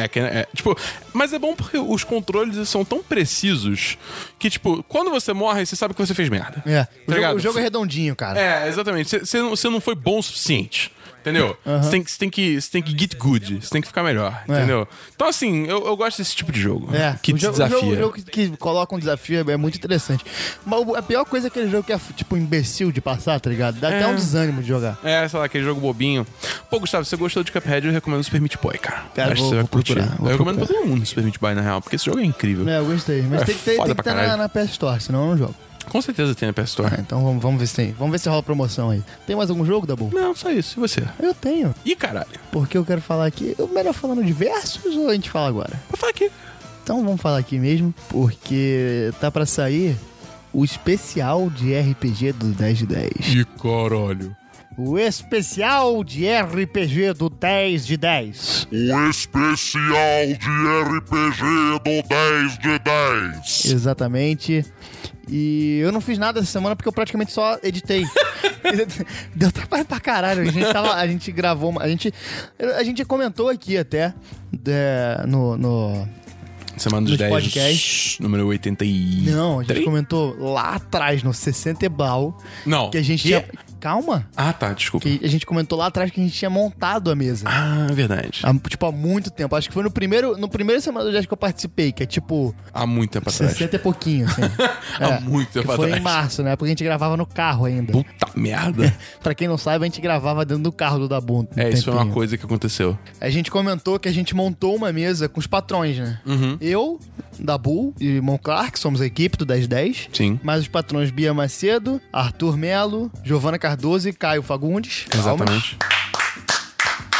B: é, é que- é- Tipo, mas é bom porque os controles eles são tão precisos que, tipo, quando você morre, você sabe que você fez merda.
A: É. O
B: Tá ligado?
A: jogo, o jogo é redondinho, cara.
B: É, exatamente. Você- Você não, você não foi bom o suficiente. Entendeu? Você tem, que- você tem que você tem que get good, você tem que ficar melhor, entendeu? Então, assim, eu, eu gosto desse tipo de jogo.
A: É,
B: Que
A: o
B: te
A: jogo,
B: desafia.
A: O jogo, o jogo que, que coloca um desafio é, é muito interessante. Mas o- a pior coisa é aquele jogo que é tipo imbecil de passar, tá ligado? Dá até um desânimo de jogar.
B: É, sei lá, aquele jogo bobinho. Pô, Gustavo, se você gostou de Cuphead, eu recomendo Super Meat Boy, cara.
A: Cara,
B: Acho
A: vou-
B: que você vai
A: vou
B: curtir.
A: procurar, vou
B: eu recomendo
A: procurar.
B: pra todo mundo Super Meat Boy, na real, porque esse jogo é incrível.
A: É, eu gostei. Mas
B: É
A: tem que ter,
B: foda
A: tem que
B: pra
A: ter na,
B: caralho.
A: na PS Store, senão eu não jogo.
B: Com certeza tem na PS Store.
A: Ah, então vamos, vamos ver se tem. Vamos ver se rola promoção aí. Tem mais algum jogo, Dabu?
B: Não, só isso. E você?
A: Eu tenho.
B: Ih, caralho.
A: Porque eu quero falar aqui. Eu melhor falando de versos ou a gente fala agora?
B: Vou falar aqui.
A: Então vamos falar aqui mesmo, porque tá pra sair o especial de RPG do 10 de 10.
B: Ih, caralho.
A: O especial de RPG do 10 de 10.
E: O especial de RPG do 10 de 10.
A: Exatamente. E eu não fiz nada essa semana porque eu praticamente só editei. Deu trabalho pra caralho. A gente, tava- a gente gravou, uma- a gente, a gente comentou aqui até é, no, no-
B: Semana dos
A: Nos
B: 10.
A: podcasts.
B: Número 80 e...
A: Não, a gente
B: Três?
A: comentou lá atrás, no 60 e Bal,
B: Não.
A: que a gente
B: Quê?
A: tinha. Calma!
B: Ah, tá, desculpa.
A: Que a gente comentou lá atrás que a gente tinha montado a mesa.
B: Ah, verdade.
A: Há, tipo, há muito tempo. Acho que foi no primeiro, no primeiro semana do Jazz que eu participei, que é tipo
B: Há muito tempo atrás.
A: 60 e pouquinho, assim.
B: Há muito tempo
A: que foi em
B: atrás.
A: março, né? Porque a gente gravava no carro ainda.
B: Puta merda.
A: Pra quem não sabe, a gente gravava dentro do carro do Dabu.
B: É, isso foi
A: foi
B: uma coisa que aconteceu.
A: A gente comentou que a gente montou uma mesa com os patrões, né?
B: Uhum.
A: Eu, Dabu e Mon Clark, somos a equipe do 1010.
B: Sim.
A: Mais os patrões Bia Macedo, Arthur Melo, Giovana Cardoso e Caio Fagundes. Calma.
B: Exatamente.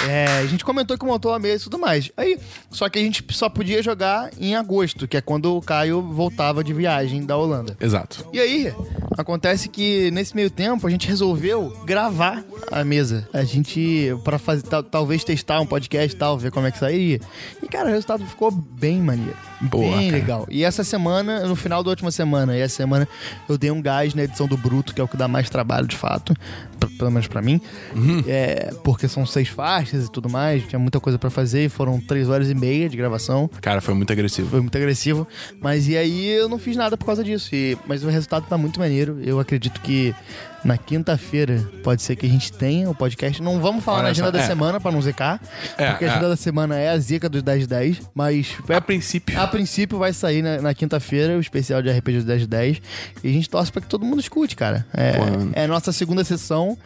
A: É, a gente comentou que montou a mesa e tudo mais. Aí, só que a gente só podia jogar em agosto, que é quando o Caio voltava de viagem da Holanda.
B: Exato.
A: E aí, acontece que nesse meio tempo a gente resolveu gravar a mesa. A gente, pra fazer, tal- talvez testar um podcast e tal, ver como é que sairia. E cara, o resultado ficou bem maneiro.
B: Boa,
A: bem
B: cara.
A: legal. E essa semana, no final da última semana, e essa semana eu dei um gás na edição do Bruto, que é o que dá mais trabalho de fato, p- pelo menos pra mim.
B: Uhum.
A: É, porque são seis faixas e tudo mais, tinha muita coisa pra fazer, e foram três horas e meia de gravação
B: Cara, foi muito agressivo.
A: foi muito agressivo. Mas e aí eu não fiz nada por causa disso. E- mas o resultado tá muito maneiro. Eu acredito que na quinta-feira pode ser que a gente tenha o podcast. Não vamos falar
B: Olha
A: na agenda
B: só,
A: da
B: é.
A: semana pra não zecar.
B: É,
A: porque a
B: é.
A: agenda da semana é a zica dos 1010. Mas é
B: A princípio...
A: a princípio vai sair na, na quinta-feira o especial de RPG do 1010. E a gente torce pra que todo mundo escute, cara. É, é a nossa segunda sessão.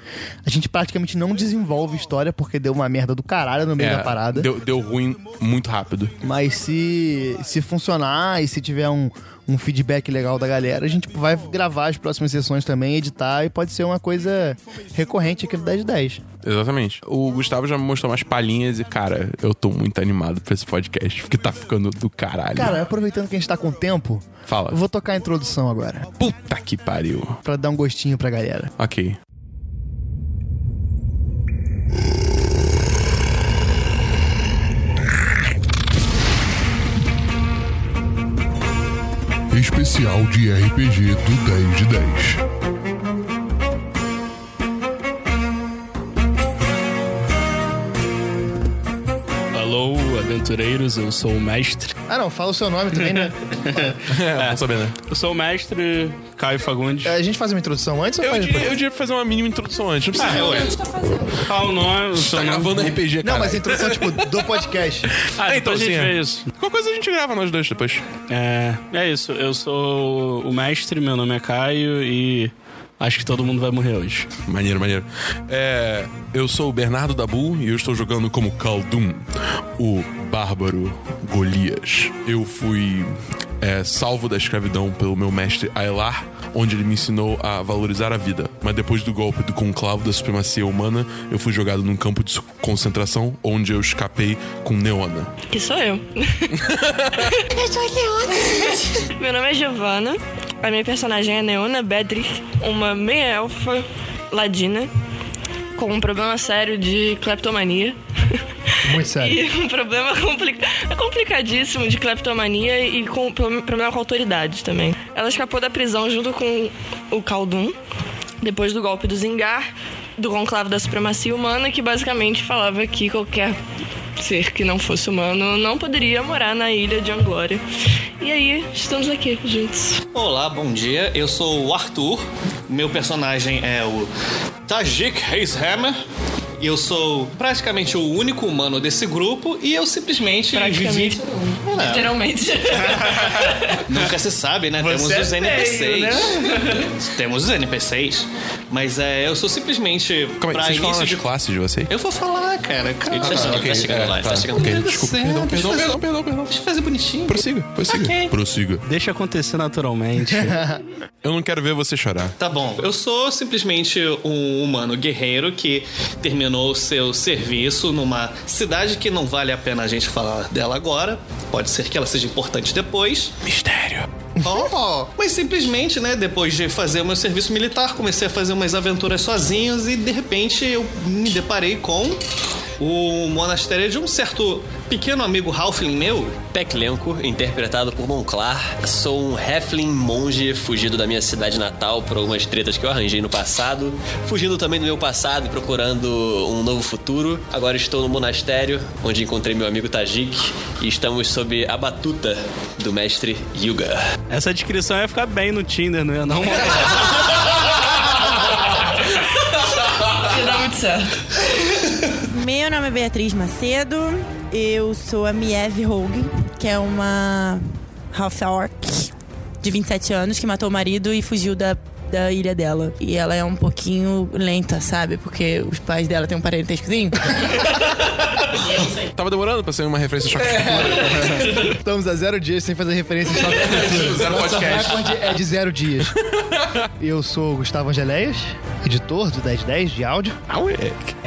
A: A gente praticamente não desenvolve história porque deu uma merda do caralho no meio
B: é,
A: da parada.
B: Deu, deu ruim muito rápido.
A: Mas se, se funcionar e se tiver um, um feedback legal da galera, a gente vai gravar as próximas sessões também, editar e pode ser uma coisa recorrente aqui no 10 de 10.
B: Exatamente. O Gustavo já me mostrou umas palhinhas e, cara, eu tô muito animado pra esse podcast, porque tá ficando do caralho.
A: Cara, aproveitando que a gente tá com tempo,
B: Fala.
A: eu vou tocar a introdução agora,
B: Puta que pariu.
A: pra dar um gostinho pra galera.
B: Ok.
E: Especial de RPG do 10 de 10.
F: Alô, aventureiros, eu sou o mestre.
A: Ah não, fala o seu nome também, né?
B: É, vamos saber, né?
F: Eu sou o mestre Caio Fagundes.
B: É.
A: A gente faz uma introdução antes ou
B: Eu
A: faz
B: diria, eu
A: depois?
B: diria pra fazer uma mínima introdução antes. Não precisa.
F: Ah, ué.
G: gente tá fazendo.
F: Qual o nome? O seu
B: tá
F: nome?
B: gravando RPG, cara.
A: Não, mas a introdução, tipo, do podcast.
B: então,
F: Ah, então a gente
B: sim, é.
F: vê isso.
B: Qualquer coisa a gente grava nós dois depois.
F: É, é isso. Eu sou o mestre, meu nome é Caio e acho que todo mundo vai morrer hoje.
B: Maneiro, maneiro. É, eu sou o Bernardo Dabu e eu estou jogando como Khaldun, o bárbaro Golias. Eu fui é, salvo da escravidão pelo meu mestre Ailar, onde ele me ensinou a valorizar a vida. Mas depois do golpe do conclavo da supremacia humana, eu fui jogado num campo de concentração, onde eu escapei com Neona.
H: Que sou eu. eu sou a Leona. Meu nome é Giovanna. A minha personagem é Neona Bedrick, uma meia-elfa ladina com um problema sério de cleptomania.
A: Muito sério.
H: E um problema complica- é complicadíssimo de cleptomania e com pro- problema com autoridade também. Ela escapou da prisão junto com o Khaldun, depois do golpe do Zingar, do conclave da supremacia humana, que basicamente falava que qualquer ser que não fosse humano não poderia morar na ilha de Anglória. E aí, estamos aqui juntos.
I: Olá, bom dia. Eu sou o Arthur. Meu personagem é o Tajik Hazehammer. Eu sou praticamente o único humano desse grupo e eu simplesmente
H: Praticamente
I: vivi-
H: todo mundo.
I: É.
H: Literalmente.
I: Nunca se sabe, né? Temos os NPCs. Temos os NPCs. Mas é, eu sou simplesmente
B: Calma aí,
I: pra
B: vocês falam
I: início
B: as
I: de
B: classes de vocês?
I: Eu vou falar, cara. Calma.
B: Ah,
I: tá chegando,
B: ok,
I: tá chegando
B: é,
I: lá,
B: tá,
I: tá chegando
B: ok,
I: lá.
B: desculpa,
I: Deixa eu
B: perdão, perdão,
I: fazer- um-
B: perdão, perdão, perdão.
I: Deixa eu fazer bonitinho.
B: Prossiga, prossiga,
I: Ok.
B: prossiga.
F: Deixa acontecer naturalmente.
B: Eu não quero ver você chorar.
I: Tá bom. Eu sou simplesmente um humano guerreiro que terminou seu serviço numa cidade que não vale a pena a gente falar dela agora. Pode ser que ela seja importante depois.
B: Mistério.
I: Oh, mas simplesmente, né, depois de fazer o meu serviço militar, comecei a fazer umas aventuras sozinhos e de repente eu me deparei com o monastério de um certo pequeno amigo Halfling meu.
J: Peclenco, interpretado por Monclar. Sou um halfling monge fugido da minha cidade natal por algumas tretas que eu arranjei no passado. Fugindo também do meu passado e procurando um novo futuro. Agora estou no monastério, onde encontrei meu amigo Tajik. E estamos sob a batuta do mestre Yuga.
F: Essa descrição ia ficar bem no Tinder, não ia não?
H: Que dá muito certo.
K: Meu nome é Beatriz Macedo, eu sou a Mieve Hogue, que é uma half orc de 27 anos que matou o marido e fugiu da, da ilha dela. E ela é um pouquinho lenta, sabe? Porque os pais dela têm um parentescozinho.
B: Tava demorando pra ser uma referência choque.
A: É. Estamos a zero dias sem fazer referência de Choque de Cultura.
B: Zero
A: Nosso
B: podcast.
A: recorde é de zero dias. Eu sou o Gustavo Angeléias, editor do 1010 de áudio.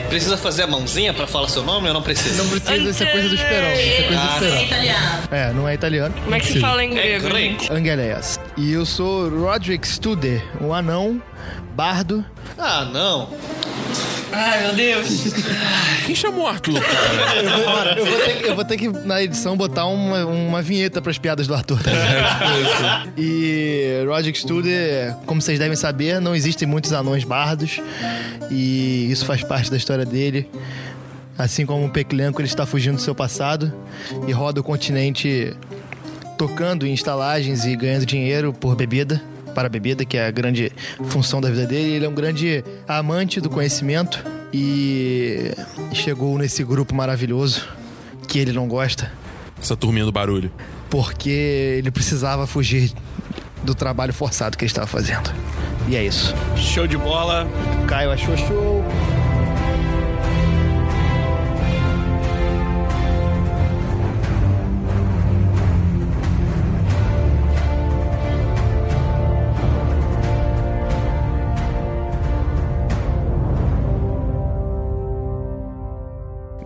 I: Precisa fazer a mãozinha pra falar seu nome ou não precisa?
A: Não precisa ser coisa do Esperão. Isso é coisa do Esperão.
K: italiano.
A: É, não é italiano.
H: Como é que é? se
A: Sim.
H: fala em grego?
I: grego.
H: gente?
A: Angeléias. E eu sou Roderick Studer, um anão, bardo.
I: Ah, não.
H: Ai, meu Deus.
B: Quem chamou o Arthur?
A: Eu vou ter, que- eu vou ter que, na edição, botar uma, uma vinheta pras piadas do Arthur. tá É, e Roderick Studer, como vocês devem saber, não existem muitos anões bardos. E isso faz parte da história dele. Assim como o Peclenco, ele está fugindo do seu passado e roda o continente tocando em estalagens e ganhando dinheiro por bebida, para a bebida, que é a grande função da vida dele. Ele é um grande amante do conhecimento e chegou nesse grupo maravilhoso que ele não gosta,
B: Essa turminha do barulho.
A: porque ele precisava fugir do trabalho forçado que ele estava fazendo. E é isso.
F: Show de bola.
A: Caio achou show.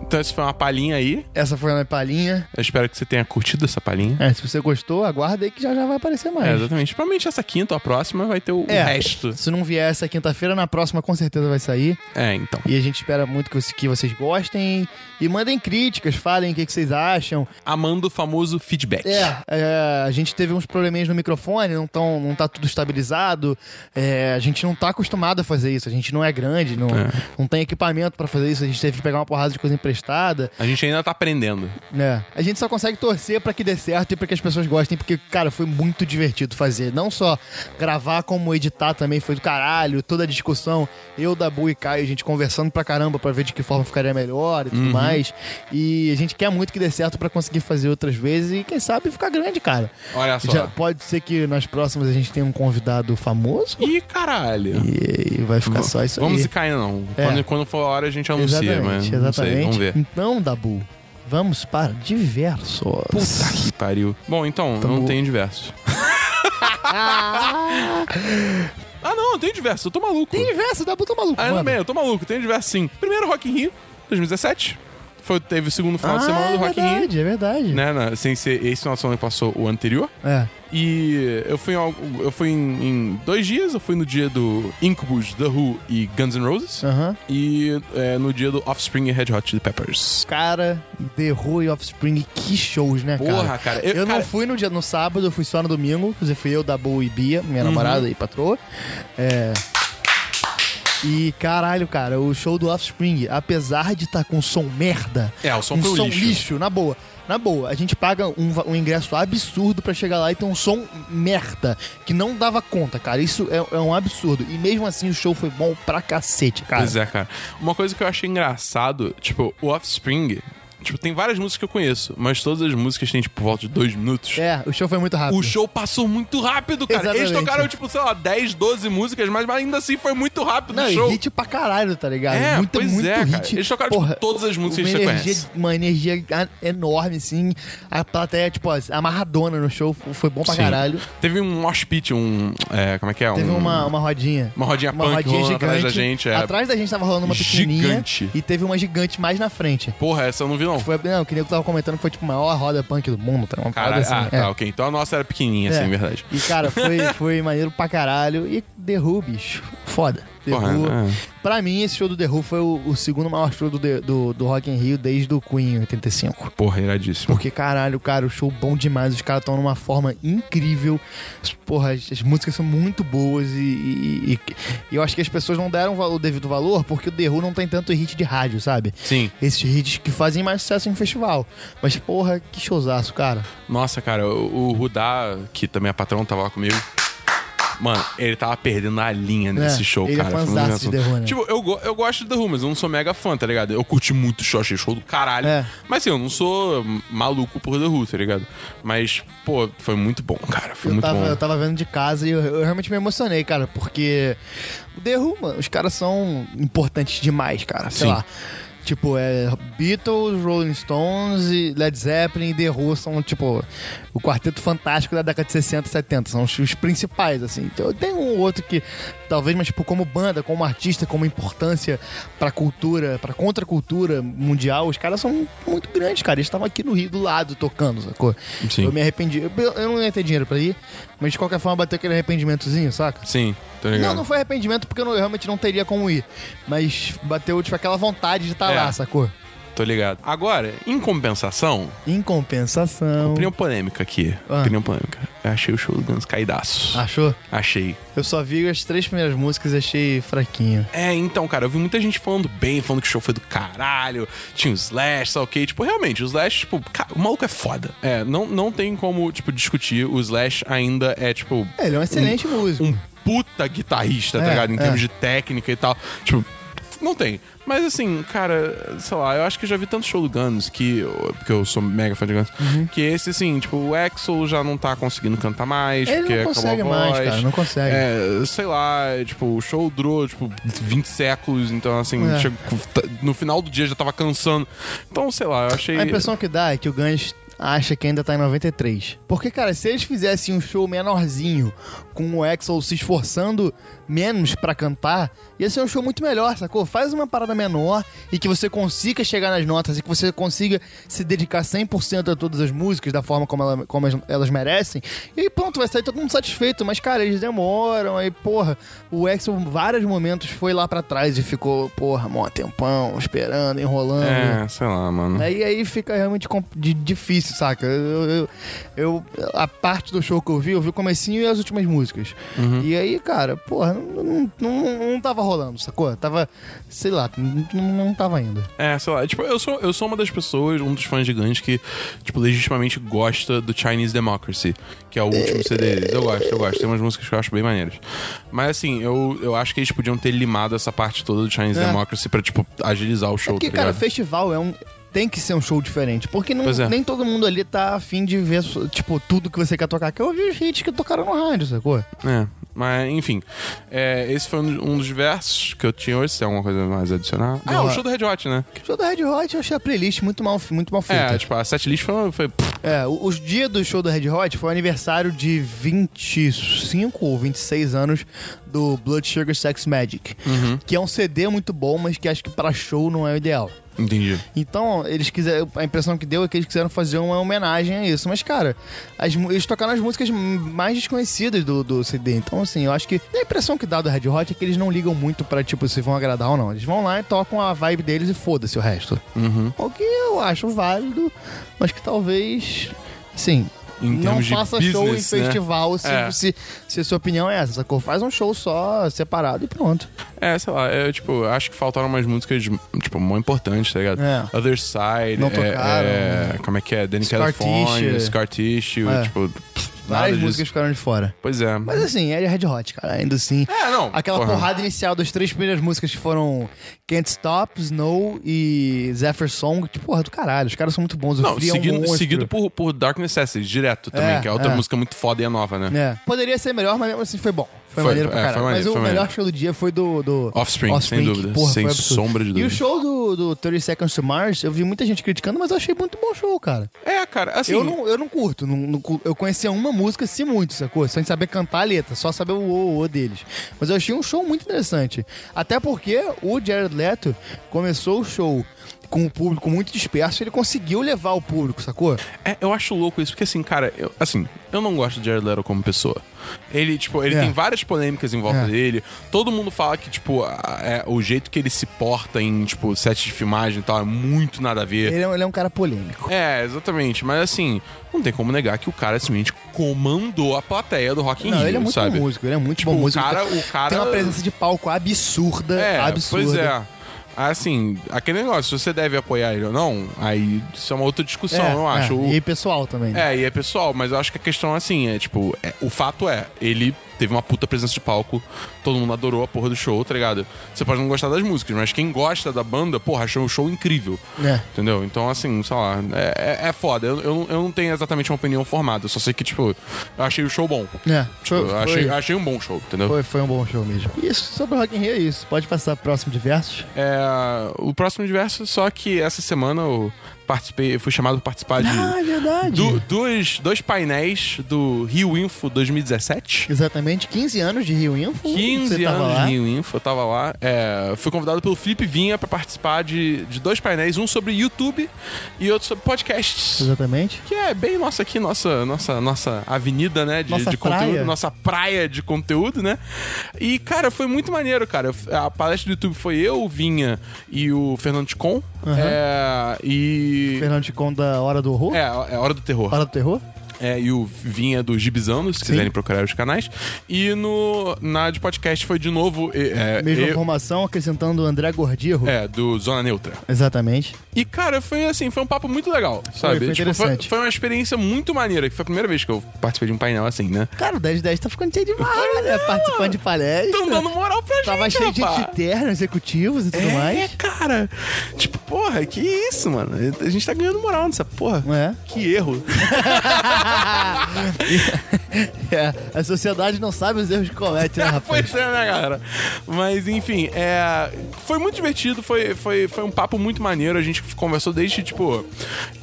B: Então essa foi uma palhinha aí.
A: Essa foi a minha palhinha.
B: Eu espero que você tenha curtido essa palhinha.
A: É, se você gostou, aguarda aí que já já vai aparecer mais.
B: É, exatamente. Provavelmente essa quinta ou a próxima vai ter o
A: É.
B: o resto.
A: Se não vier essa quinta-feira, na próxima com certeza vai sair.
B: É, então.
A: E a gente espera muito que, você- que vocês gostem. E mandem críticas, falem o que, que vocês acham.
B: Amando o famoso feedback.
A: É, é, a gente teve uns probleminhas no microfone, não, tão, não tá tudo estabilizado. É, a gente não tá acostumado a fazer isso. A gente não é grande, não, não tem equipamento pra fazer isso. A gente teve que pegar uma porrada de coisa gostada.
B: A gente ainda tá aprendendo.
A: É. A gente só consegue torcer pra que dê certo e pra que as pessoas gostem, porque, cara, foi muito divertido fazer. Não só gravar, como editar também foi do caralho, toda a discussão. Eu, Dabu e Caio, a gente conversando pra caramba pra ver de que forma ficaria melhor e tudo
B: Uhum.
A: mais. E a gente quer muito que dê certo pra conseguir fazer outras vezes e, quem sabe, ficar grande, cara.
B: Olha só.
A: Já pode ser que nas próximas a gente tenha um convidado famoso.
B: Ih, caralho.
A: E aí vai ficar É só isso
B: Vamos
A: aí.
B: se cair, não.
A: É.
B: Quando, quando for a hora, a gente anuncia,
A: Exatamente,
B: mas. não sei,
A: exatamente.
B: vamos ver.
A: Então, Dabu, vamos para diversos.
B: Puta que pariu. Bom, então, eu não
A: Tá bom.
B: tenho diversos. ah, não, eu tenho diversos, eu tô maluco.
A: Tem diversos, Dabu tá maluco.
B: Ah, eu
A: manda.
B: também, eu tô maluco, tenho diversos sim. Primeiro Rock in Rio, 2017. Foi, teve o segundo final de
A: Ah,
B: semana do Rock
A: é
B: in Rio.
A: verdade, é verdade.
B: Né, né, sem ser esse final de semana que passou o anterior.
A: É.
B: E eu fui, em, al- eu fui em, em dois dias. Eu fui no dia do Incubus, The Who e Guns N' Roses.
A: Aham.
B: E é, no dia do Offspring e Red Hot Chili Peppers.
A: Cara, The Who e Offspring, que shows, né, cara?
B: Porra, cara, eu-
A: Eu,
B: cara-
A: não fui no dia no sábado, eu fui só no domingo. Inclusive, fui eu, Dabu e Bia, minha
B: Uhum.
A: namorada e patroa. É. E caralho, cara, o show do Offspring, apesar de estar com som merda,
B: É, o som
A: um
B: foi o
A: som
B: lixo.
A: na boa. Na boa, a gente paga um, va- um ingresso absurdo pra chegar lá e tem um som merda, que não dava conta, cara. Isso é, é um absurdo. E mesmo assim o show foi bom pra cacete, cara.
B: Pois é, cara. Uma coisa que eu achei engraçado, tipo, o Offspring. Tipo, tem várias músicas que eu conheço, mas todas as músicas têm, tipo, por volta de dois minutos.
A: É, o show foi muito rápido.
B: O show passou muito rápido, cara. Eles
A: Exatamente.
B: tocaram, tipo, sei lá, 10, 12 músicas, mas ainda assim foi muito rápido
A: Não,
B: o
A: e
B: show.
A: hit pra caralho, tá ligado?
B: É,
A: muito,
B: pois
A: muito
B: é, cara.
A: hit.
B: Eles tocaram, tipo, todas as músicas
A: uma
B: que você
A: energia,
B: conhece.
A: Uma energia a- enorme, assim. A plateia, tipo, ó, amarradona no show. f- Foi bom pra
B: Sim.
A: caralho.
B: Teve um mosh pit, um. é, como é que é?
A: Teve
B: um...
A: uma, uma rodinha.
B: Uma rodinha punk rolando atrás da gente, é.
A: Atrás da gente tava rolando uma pequenininha.
B: Gigante.
A: E teve uma gigante mais na frente.
B: Porra, essa eu não vi, não.
A: Foi, não, que nem eu tava comentando que foi, tipo, a maior roda punk do mundo. Tá? Uma parada
B: Caralho,
A: assim.
B: ah,
A: é.
B: tá, ok. Então a nossa era pequenininha,
A: É.
B: assim, verdade.
A: E, cara, foi, foi maneiro pra caralho. E The Who, bicho. Foda. The
B: Porra,
A: Who.
B: é.
A: Pra mim, esse show do The Who foi o, o segundo maior show do, The- do, do Rock in Rio desde o Queen em 85.
B: Porra, iradíssimo.
A: Porque, caralho, cara, o show bom demais. Os caras estão numa forma incrível. Porra, as, as músicas são muito boas e, e- e- e eu acho que as pessoas não deram o devido valor porque o The Who não tem tanto hit de rádio, sabe?
B: Sim.
A: Esses hits que fazem mais sucesso em festival. Mas, porra, que showzaço, cara.
B: Nossa, cara, o o Rudá, que também é patrão, tava lá comigo. Mano, ele tava perdendo a linha nesse show,
A: ele é
B: cara. Foi um
A: fãzaço
B: negócio-
A: de The Who, né?
B: Tipo, eu, go- eu gosto de The Who, mas eu não sou mega fã, tá ligado? Eu curti muito o show, achei show do caralho.
A: É.
B: Mas assim, eu não sou maluco por The Who, tá ligado? Mas, pô, foi muito bom, cara. Foi
A: Eu
B: muito
A: tava,
B: bom.
A: eu tava vendo de casa e eu, eu realmente me emocionei, cara, porque o The Who, mano, os caras são importantes demais, cara. Sei
B: Sim.
A: lá. Tipo, é Beatles, Rolling Stones, e Led Zeppelin e The Who são, tipo, o quarteto fantástico da década de 60 e 70. São os, os principais, assim. Então, tem um outro que, talvez, mas, tipo, como banda, como artista, como importância pra cultura, pra contracultura mundial, os caras são muito grandes, cara. Eles estavam aqui no Rio do lado tocando, sacou?
B: Sim.
A: Eu me arrependi. Eu, eu não ia ter dinheiro pra ir, mas de qualquer forma bateu aquele arrependimentozinho, saca?
B: Sim, tá ligado?
A: Não, não foi arrependimento porque eu, não- eu realmente não teria como ir. Mas bateu, tipo, aquela vontade de estar
B: É.
A: lá, sacou?
B: Tô ligado. Agora, em compensação,
A: Em compensação.
B: opinião polêmica aqui.
A: Ah.
B: Opinião polêmica. Eu achei o show do Guns caidaço.
A: Achou?
B: Achei.
A: Eu só vi as três primeiras músicas e achei fraquinho.
B: É, então, cara, eu vi muita gente falando bem, falando que o show foi do caralho, tinha o Slash, sabe o quê? Tipo, realmente, o Slash, tipo, cara, o maluco é foda. É, não, não tem como, tipo, discutir. O Slash ainda é, tipo,
A: É, ele é um excelente músico.
B: um puta guitarrista, tá
A: É,
B: ligado? Em
A: é.
B: termos de técnica e tal. Tipo, não tem. Mas assim, cara, sei lá, eu acho que eu já vi tanto show do Guns que. eu- Porque eu sou mega fã de Guns.
A: Uhum.
B: Que esse, assim, tipo, o Axel já não tá conseguindo cantar mais.
A: Ele
B: porque
A: não
B: acabou a
A: consegue mais,
B: voz.
A: cara, não consegue.
B: É, sei lá, é, tipo, o show durou, tipo, 20 séculos, então assim,
A: É.
B: chegou- t- no final do dia já tava cansando. Então, sei lá, eu achei.
A: A impressão que dá é que o Guns acha que ainda tá em 93. Porque, cara, se eles fizessem um show menorzinho, com o Axl se esforçando menos pra cantar, ia ser um show muito melhor, sacou? Faz uma parada menor e que você consiga chegar nas notas e que você consiga se dedicar 100% a todas as músicas da forma como, ela- como as- elas merecem. E aí, pronto, vai sair todo mundo satisfeito. Mas, cara, eles demoram. Aí, porra, o Axl, em vários momentos, foi lá pra trás e ficou, porra, mó tempão, esperando, enrolando.
B: É, sei lá, mano.
A: Aí, aí fica realmente com- di- difícil triste, saca? Eu, eu- eu- a parte do show que eu vi, eu vi o comecinho e as últimas músicas.
B: Uhum.
A: E aí, cara, porra, não, não, não, não tava rolando, sacou? Tava, sei lá, não, não tava ainda.
B: É, sei lá, tipo, eu sou, eu sou uma das pessoas, um dos fãs gigantes que, tipo, legitimamente gosta do Chinese Democracy, que é o último CD deles. Eu gosto, eu gosto. Tem umas músicas que eu acho bem maneiras. Mas assim, eu, eu acho que eles podiam ter limado essa parte toda do Chinese
A: É.
B: Democracy pra, tipo, agilizar o show,
A: Porque,
B: tá
A: cara,
B: ligado?
A: festival é um. Tem que ser um show diferente. Porque não-
B: Pois é.
A: nem todo mundo ali tá afim de ver, tipo, tudo que você quer tocar. Que eu ouvi os hits que tocaram no rádio, sacou?
B: É, mas enfim. É, esse foi um, um dos versos que eu tinha hoje. Se tem alguma coisa mais a adicionar. Ah,
A: Não,
B: o
A: é-
B: show do Red Hot, né?
A: O show do Red Hot eu achei a playlist muito mal, muito mal feita.
B: É, tipo, a setlist foi. foi
A: É, o- os dias do show do Red Hot foi o aniversário de 25 ou 26 anos do Blood Sugar Sex Magic, que é um CD muito bom, mas que acho que pra show não é o ideal.
B: Entendi.
A: Então, eles quiseram, a impressão que deu é que eles quiseram fazer uma homenagem a isso. Mas, cara, as mu- eles tocaram as músicas mais desconhecidas do, do CD. Então, assim, eu acho que a impressão que dá do Red Hot é que eles não ligam muito pra, tipo, se vão agradar ou não. Eles vão lá e tocam a vibe deles e foda-se o resto.
B: Uhum.
A: O que eu acho válido, mas que talvez, sim.
B: Em
A: Não
B: termos de
A: faça show em
B: business, né?
A: festival se,
B: É.
A: se, se a sua opinião é essa, sacou? Faz um show só, separado e pronto.
B: É, sei lá, eu, tipo, acho que faltaram umas músicas, tipo, mó importantes, tá ligado?
A: É.
B: Other Side,
A: Não
B: é,
A: tocaram,
B: é,
A: né?
B: como é que é? Danny
A: Scar
B: California,
A: Tissue.
B: Scar Tissue,
A: É.
B: tipo, pff, nada
A: Várias
B: disso.
A: músicas ficaram de fora.
B: Pois é.
A: Mas assim, é Red Hot, cara, ainda assim.
B: É, não,
A: Aquela
B: porra.
A: porrada inicial das três primeiras músicas que foram Can't Stop, Snow e Zephyr Song, que porra do caralho, os caras são muito bons. O
B: não,
A: Free é um
B: seguido,
A: monstro.
B: seguido por, por Dark Necessities, direto também,
A: É,
B: que é outra
A: é.
B: música muito foda e é nova, né?
A: É. Poderia ser melhor, mas mesmo assim foi bom. Foi,
B: Foi,
A: maneiro pra
B: é, foi
A: caralho.
B: maneiro,
A: Mas
B: foi
A: o melhor
B: maneiro.
A: show do dia foi do. do
B: Offspring, sem dúvida,
A: foi
B: sem
A: absurdo.
B: sombra de
A: E
B: dúvida.
A: o show do, do 30 Seconds to Mars, eu vi muita gente criticando, mas eu achei muito bom show, cara.
B: É, cara, assim.
A: eu, não, eu não curto. não- não cu- eu conhecia uma música, se muito, sacou? Sem saber cantar a letra, só saber o o, o deles. Mas eu achei um show muito interessante. Até porque o Jared Leto começou o show com o público muito disperso, ele conseguiu levar o público, sacou?
B: É, eu acho louco isso, porque assim, cara, eu, assim, eu não gosto de Jared Leto como pessoa. Ele, tipo, ele
A: É.
B: tem várias polêmicas em volta
A: É.
B: dele. Todo mundo fala que, tipo, a- é, o jeito que ele se porta em, tipo, sets de filmagem e tal é muito nada a ver.
A: Ele é, um- ele é um cara polêmico.
B: É, exatamente. Mas assim, não tem como negar que o cara simplesmente comandou a plateia do Rock in
A: Não,
B: Rio,
A: ele é muito
B: sabe?
A: bom músico, ele é muito
B: Tipo,
A: bom
B: o
A: músico.
B: cara- o cara-
A: Tem uma presença de palco absurda,
B: É,
A: absurda.
B: pois é. Assim, aquele negócio, se você deve apoiar ele ou não, aí isso é uma outra discussão,
A: É,
B: eu acho.
A: é,
B: O-
A: E pessoal também. né?
B: É, e é pessoal, mas eu acho que a questão é assim, é tipo, é, o fato é, ele teve uma puta presença de palco, todo mundo adorou a porra do show, tá ligado? Você pode não gostar das músicas, mas quem gosta da banda, porra, achou o show incrível.
A: É.
B: Entendeu? Então, assim, sei lá, é, é- é foda. Eu, eu, não- eu não tenho exatamente uma opinião formada, eu só sei que, tipo, eu achei o show bom.
A: É,
B: Tipo,
A: foi-
B: eu achei,
A: foi.
B: achei um bom show, entendeu?
A: Foi, foi um bom show mesmo. Isso, sobre o Rock in Rio é isso. Pode passar pro próximo de versos?
B: É, o próximo diverso, só que essa semana eu participei, eu fui chamado para participar de
A: Ah, é verdade.
B: du- dois, dois painéis do Rio Info 2017.
A: Exatamente, 15 anos de Rio Info.
B: 15
A: Você tava
B: anos
A: lá.
B: de Rio Info, eu tava lá. É, fui convidado pelo Felipe Vinha pra participar de, de dois painéis, um sobre YouTube e outro sobre podcasts.
A: Exatamente.
B: Que é bem nossa aqui, nossa, nossa, nossa avenida, né? De,
A: Nossa
B: de
A: praia.
B: conteúdo, nossa praia de conteúdo, né? E, cara, foi muito maneiro, cara. A palestra do YouTube foi eu, o Vinha e o Fernando Ticon. É, e.
A: Fernando de Conda, Hora do Horror.
B: É, é Hora do Terror.
A: Hora do Terror.
B: É, e o Vinha do Gibizanos, se quiserem procurar os canais. E no, na de podcast foi de novo. É, é,
A: Mesma
B: eu-
A: formação, acrescentando o André Gordirro.
B: é, do Zona Neutra.
A: Exatamente.
B: E, cara, foi assim, foi um papo muito legal,
A: foi
B: sabe? Tipo,
A: interessante.
B: foi uma experiência muito maneira, que foi a primeira vez que eu participei de um painel assim, né?
A: Cara, o 1010 tá ficando cheio demais, né? Participando de palestra.
B: Tão Então, dando moral pra
A: Tava
B: gente,
A: cheio de
B: rapaz.
A: gente de terno, executivos e tudo
B: é,
A: mais.
B: cara. Tipo, porra, que isso, mano? A gente tá ganhando moral nessa porra.
A: É.
B: Que erro.
A: É, a sociedade não sabe os erros que comete, né, rapaz?
B: Pois é, né, galera? Mas, enfim, é... foi muito divertido, foi, foi, foi um papo muito maneiro. A gente conversou desde, tipo,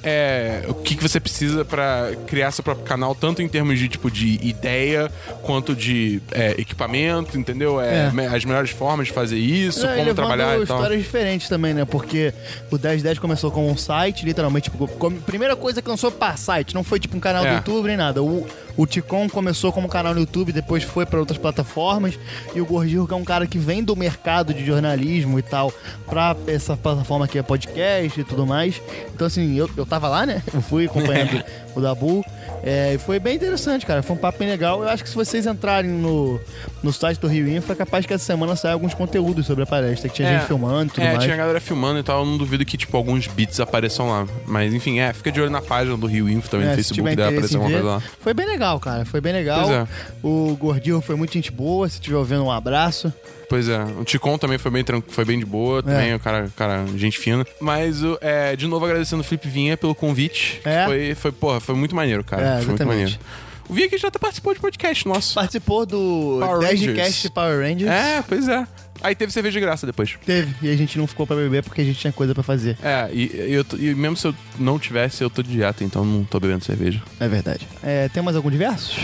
B: é, o que, que você precisa pra criar seu próprio canal, tanto em termos de, tipo, de ideia, quanto de é, equipamento, entendeu? É,
A: É.
B: me- As melhores formas de fazer
A: É, e
B: isso, como
A: levando
B: trabalhar então. e tal.
A: histórias diferentes também, né? Porque o 1010 começou como um site, literalmente. Tipo, como- primeira coisa que lançou pra site. Não foi tipo um canal
B: É.
A: do YouTube nem nada. O, o O Ticon começou como canal no YouTube, depois foi para outras plataformas. E o Gorgirro, que é um cara que vem do mercado de jornalismo e tal, pra essa plataforma que é podcast e tudo mais. Então, assim, eu, eu tava lá, né? Eu fui acompanhando o Dabu. É, e foi bem interessante, cara. Foi um papo bem legal. Eu acho que se vocês entrarem no, no site do Rio Infra, é capaz que essa semana saia alguns conteúdos sobre a palestra, que tinha
B: É.
A: gente filmando e tudo
B: É,
A: mais.
B: tinha galera filmando e tal. Eu não duvido que, tipo, alguns beats apareçam lá. Mas, enfim, é. Fica de olho na página do Rio Info também,
A: É,
B: no
A: se
B: Facebook.
A: tiver
B: Deve
A: interesse
B: aparecer alguma
A: em ver.
B: coisa lá.
A: Foi bem legal, cara. Foi bem legal.
B: Pois é.
A: O Gordinho foi muito gente boa. Se estiver ouvindo, um abraço.
B: Pois é, o Ticon também foi bem, tran- foi bem de
A: É.
B: boa, também, o cara, cara, gente fina. Mas, o- é, de novo, agradecendo o Felipe Vinha pelo convite.
A: É.
B: Foi, foi, porra, foi muito maneiro, cara.
A: É,
B: foi muito
A: exatamente.
B: maneiro. O Vinha que já até participou de podcast nosso.
A: Participou do
B: Power
A: 10 de
B: Rangers.
A: cast Power Rangers.
B: É, pois é. Aí teve cerveja de graça depois.
A: Teve. E a gente não ficou pra beber porque a gente tinha coisa pra fazer.
B: É, e, e eu tô- e mesmo se eu não tivesse, eu tô de dieta, então não tô bebendo cerveja.
A: É verdade. É, tem mais algum diversos?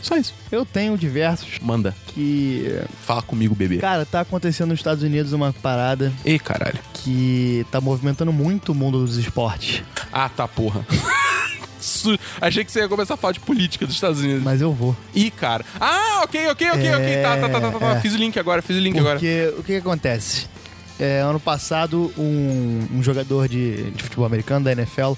B: Só isso.
A: Eu tenho diversos
B: Manda.
A: que.
B: Fala comigo, bebê.
A: Cara, tá acontecendo nos Estados Unidos uma parada
B: Ei, caralho.
A: que tá movimentando muito o mundo dos esportes.
B: Ah, tá, porra. Su- Achei que você ia começar a falar de política dos Estados Unidos.
A: Mas eu vou.
B: Ih, cara. Ah, ok, ok, ok, ok. Tá, tá, tá, tá, tá, tá.
A: É.
B: Fiz o link agora, fiz o link agora.
A: Porque o que, que acontece? É, ano passado, um, um jogador de, de futebol americano da NFL,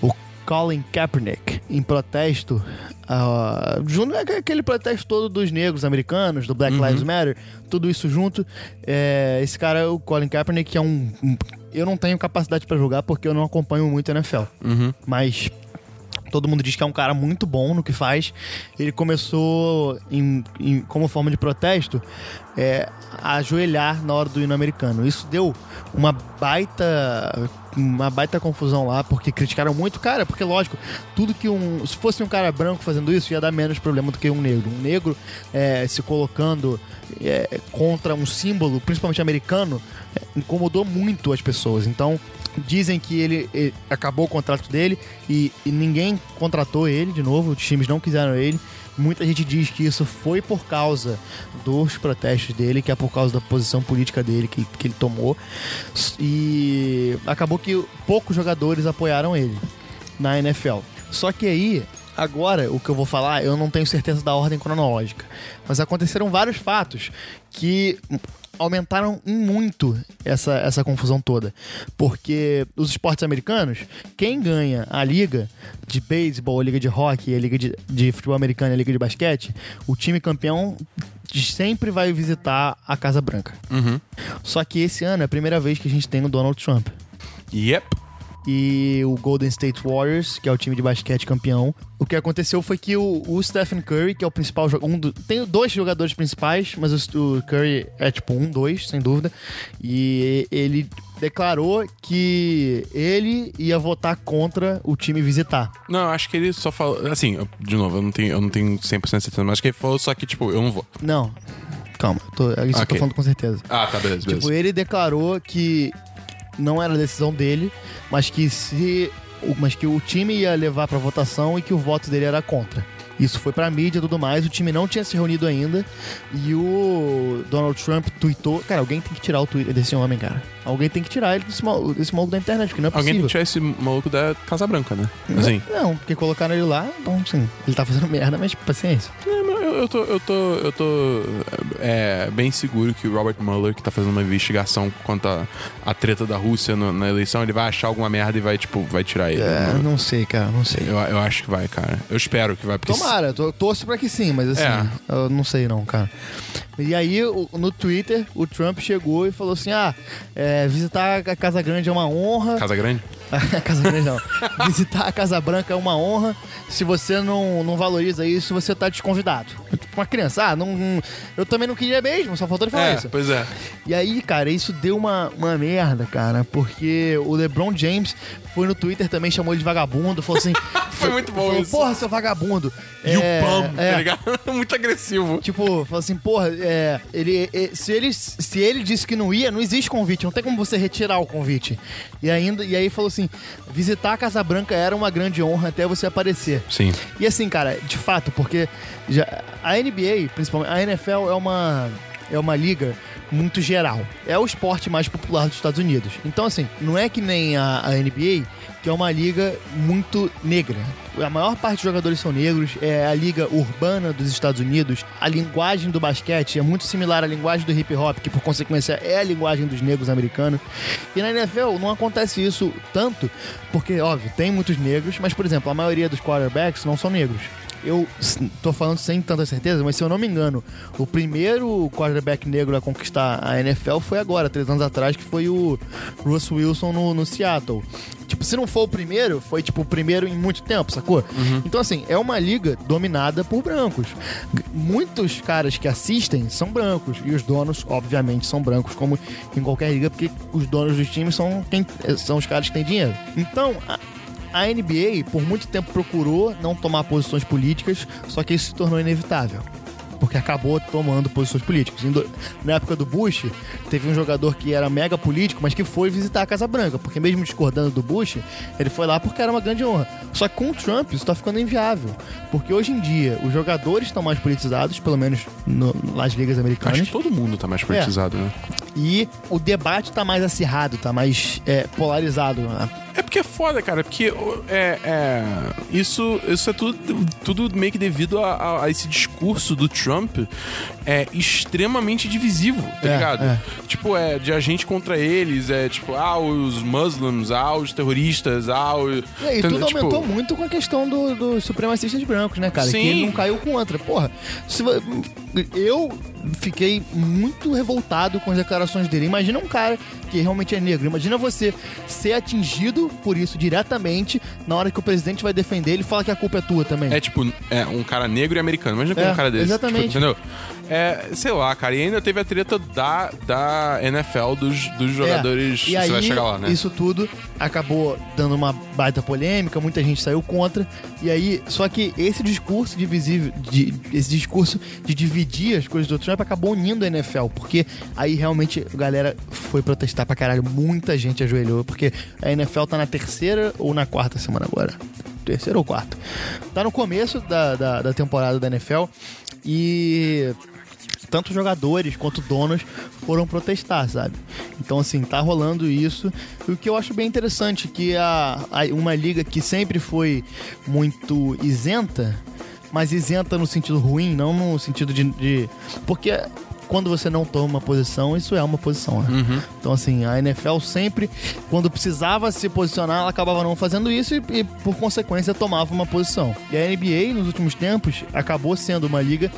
A: o Colin Kaepernick, em protesto, ah, junto com aquele protesto todo dos negros americanos, do Black
B: Uhum.
A: Lives Matter, tudo isso junto, é, esse cara, o Colin Kaepernick, que é um. um- eu não tenho capacidade pra julgar porque eu não acompanho muito a NFL.
B: Uhum.
A: Mas Todo mundo diz que é um cara muito bom no que faz. Ele começou, em, em- como forma de protesto, é, a ajoelhar na hora do hino americano. Isso deu uma baita uma baita confusão lá, porque criticaram muito, cara, porque lógico, tudo que um... Se fosse um cara branco fazendo isso, ia dar menos problema do que um negro. Um negro é, se colocando é, contra um símbolo, principalmente americano, é, incomodou muito as pessoas. Então, dizem que ele, ele- acabou o contrato dele e, e ninguém contratou ele de novo, os times não quiseram ele. Muita gente diz que isso foi por causa dos protestos dele, que é por causa da posição política dele que, que ele tomou. E acabou que poucos jogadores apoiaram ele na NFL. Só que aí, agora, o que eu vou falar, eu não tenho certeza da ordem cronológica. Mas aconteceram vários fatos que aumentaram em muito essa, essa confusão toda. Porque os esportes americanos, quem ganha a liga de beisebol, a liga de hockey, a liga de, de futebol americano e a liga de basquete, o time campeão sempre vai visitar a Casa Branca. Só que esse ano é a primeira vez que a gente tem o Donald Trump
B: Yep.
A: e o Golden State Warriors, que é o time de basquete campeão. O que aconteceu foi que o, o Stephen Curry, que é o principal jo- um do, tem dois jogadores principais, mas o, o Curry é tipo um, dois, sem dúvida. E ele declarou que ele ia votar contra o time visitar.
B: Não, eu acho que ele só falou. Assim, eu- de novo, eu não tenho, eu não tenho 100% de certeza, mas acho que ele falou só que, tipo, eu não vou.
A: Não, calma, eu tô, é isso eu tô
B: Ok.
A: falando com certeza.
B: Ah, tá, beleza, beleza.
A: Tipo, ele declarou que não era decisão dele, mas que se mas que o time ia levar pra votação e que o voto dele era contra. Isso foi pra mídia e tudo mais, o time não tinha se reunido ainda. E o Donald Trump tweetou. Cara, alguém tem que tirar o Twitter desse homem, cara. Alguém tem que tirar ele desse, mal, desse maluco da internet, porque não é
B: Alguém tem
A: possível. Hum?
B: que tirar esse maluco da Casa Branca, né? Assim.
A: Não, porque colocaram ele lá, então sim, ele tá fazendo merda, mas paciência.
B: Não, É, mas eu, eu tô. Eu tô. Eu tô. É, bem seguro que o Robert Mueller, que tá fazendo uma investigação quanto à à treta da Rússia no- na eleição, ele vai achar alguma merda e vai, tipo, vai tirar ele.
A: É,
B: Eu-
A: não sei, cara, não sei.
B: Eu, eu acho que vai, cara. Eu espero que vai, porque.
A: Tomara, eu torço pra que sim, mas assim,
B: É.
A: eu não sei não, cara. E aí, o- no Twitter, o Trump chegou e falou assim: ah, é, visitar a Casa Grande é uma honra.
B: Casa Grande?
A: A Casa Grande não. visitar a Casa Branca é uma honra. Se você não, não valoriza isso, você tá desconvidado. Tipo, uma criança, ah, não, não- eu também não queria mesmo, só faltou ele falar
B: É,
A: isso.
B: pois é.
A: E aí, cara, isso deu uma, uma merda, cara, porque o LeBron James foi no Twitter também, chamou ele de vagabundo, falou assim.
B: Foi muito bom
A: falou,
B: isso.
A: Porra, seu vagabundo.
B: E o
A: É,
B: Pam,
A: é.
B: tá ligado? Muito agressivo.
A: Tipo, fala assim, porra, é, ele, é, se, ele, se ele disse que não ia, não existe convite, não tem como você retirar o convite. E ainda, e aí falou assim: visitar a Casa Branca era uma grande honra até você aparecer.
B: Sim.
A: E assim, cara, de fato, porque já, a NBA, principalmente, a NFL é uma, é uma liga muito geral. É o esporte mais popular dos Estados Unidos. Então, assim, não é que nem a, a NBA que é uma liga muito negra. A maior parte dos jogadores são negros, é a liga urbana dos Estados Unidos. A linguagem do basquete é muito similar à linguagem do hip hop, que por consequência é a linguagem dos negros americanos. E na NFL não acontece isso tanto, porque, óbvio, tem muitos negros, mas, por exemplo, a maioria dos quarterbacks não são negros. Eu s- tô falando sem tanta certeza, mas se eu não me engano, o primeiro quarterback negro a conquistar a NFL foi agora, três anos atrás, que foi o Russ Wilson no, no Seattle. Tipo, se não for o primeiro, foi tipo o primeiro em muito tempo, sacou? Então, assim, é uma liga dominada por brancos. G- Muitos caras que assistem são brancos. E os donos, obviamente, são brancos, como em qualquer liga, porque os donos dos times são, quem, são os caras que têm dinheiro. Então, a- a NBA, por muito tempo, procurou não tomar posições políticas, só que isso se tornou inevitável. Porque acabou tomando posições políticas. Em do- Na época do Bush, teve um jogador que era mega político, mas que foi visitar a Casa Branca. Porque mesmo discordando do Bush, ele foi lá porque era uma grande honra. Só que com o Trump, isso tá ficando inviável. Porque hoje em dia, os jogadores estão mais politizados, pelo menos no- nas ligas americanas.
B: Acho que todo mundo tá mais
A: É.
B: politizado, né?
A: E o debate tá mais acirrado, tá mais é, polarizado. né?
B: É porque é foda, cara, porque ó, é, é, isso, isso é tudo, tudo meio que devido a, a- a esse discurso do Trump é extremamente divisivo, tá
A: É,
B: ligado?
A: é.
B: Tipo, é de a gente contra eles, é tipo, ah, os muslims, ah, os terroristas, ah, o...
A: E aí, tudo aumentou muito com a questão do- dos supremacistas brancos, né, cara?
B: Sim.
A: Que ele não caiu contra. Porra, se vo- eu fiquei muito revoltado com as declarações dele. Imagina um cara que realmente é negro. Imagina você ser atingido por isso diretamente na hora que o presidente vai defender ele e fala que a culpa é tua também.
B: É tipo, é um cara negro e americano. Imagina como
A: É,
B: um cara desse.
A: exatamente.
B: Tipo, entendeu? É, sei lá, cara. E ainda teve a treta da, da NFL dos, dos jogadores.
A: É, E
B: você
A: aí,
B: vai chegar lá, né?
A: Isso tudo acabou dando uma baita polêmica, muita gente saiu contra. E aí, só que esse discurso divisível, de, esse discurso de dividir as coisas do Trump acabou unindo a NFL, porque aí realmente a galera foi protestar pra caralho, muita gente ajoelhou, porque a NFL tá na terceira ou na quarta semana agora? Terceira ou quarta? Tá no começo da, da, da temporada da NFL e tanto jogadores quanto donos foram protestar, sabe? Então, assim, tá rolando isso. E o que eu acho bem interessante, que a, a- uma liga que sempre foi muito isenta, mas isenta no sentido ruim, não no sentido de... de- porque quando você não toma uma posição, isso é uma posição, né? Então, assim, a NFL sempre, quando precisava se posicionar, ela acabava não fazendo isso e, e, por consequência, tomava uma posição. E a NBA, nos últimos tempos, acabou sendo uma liga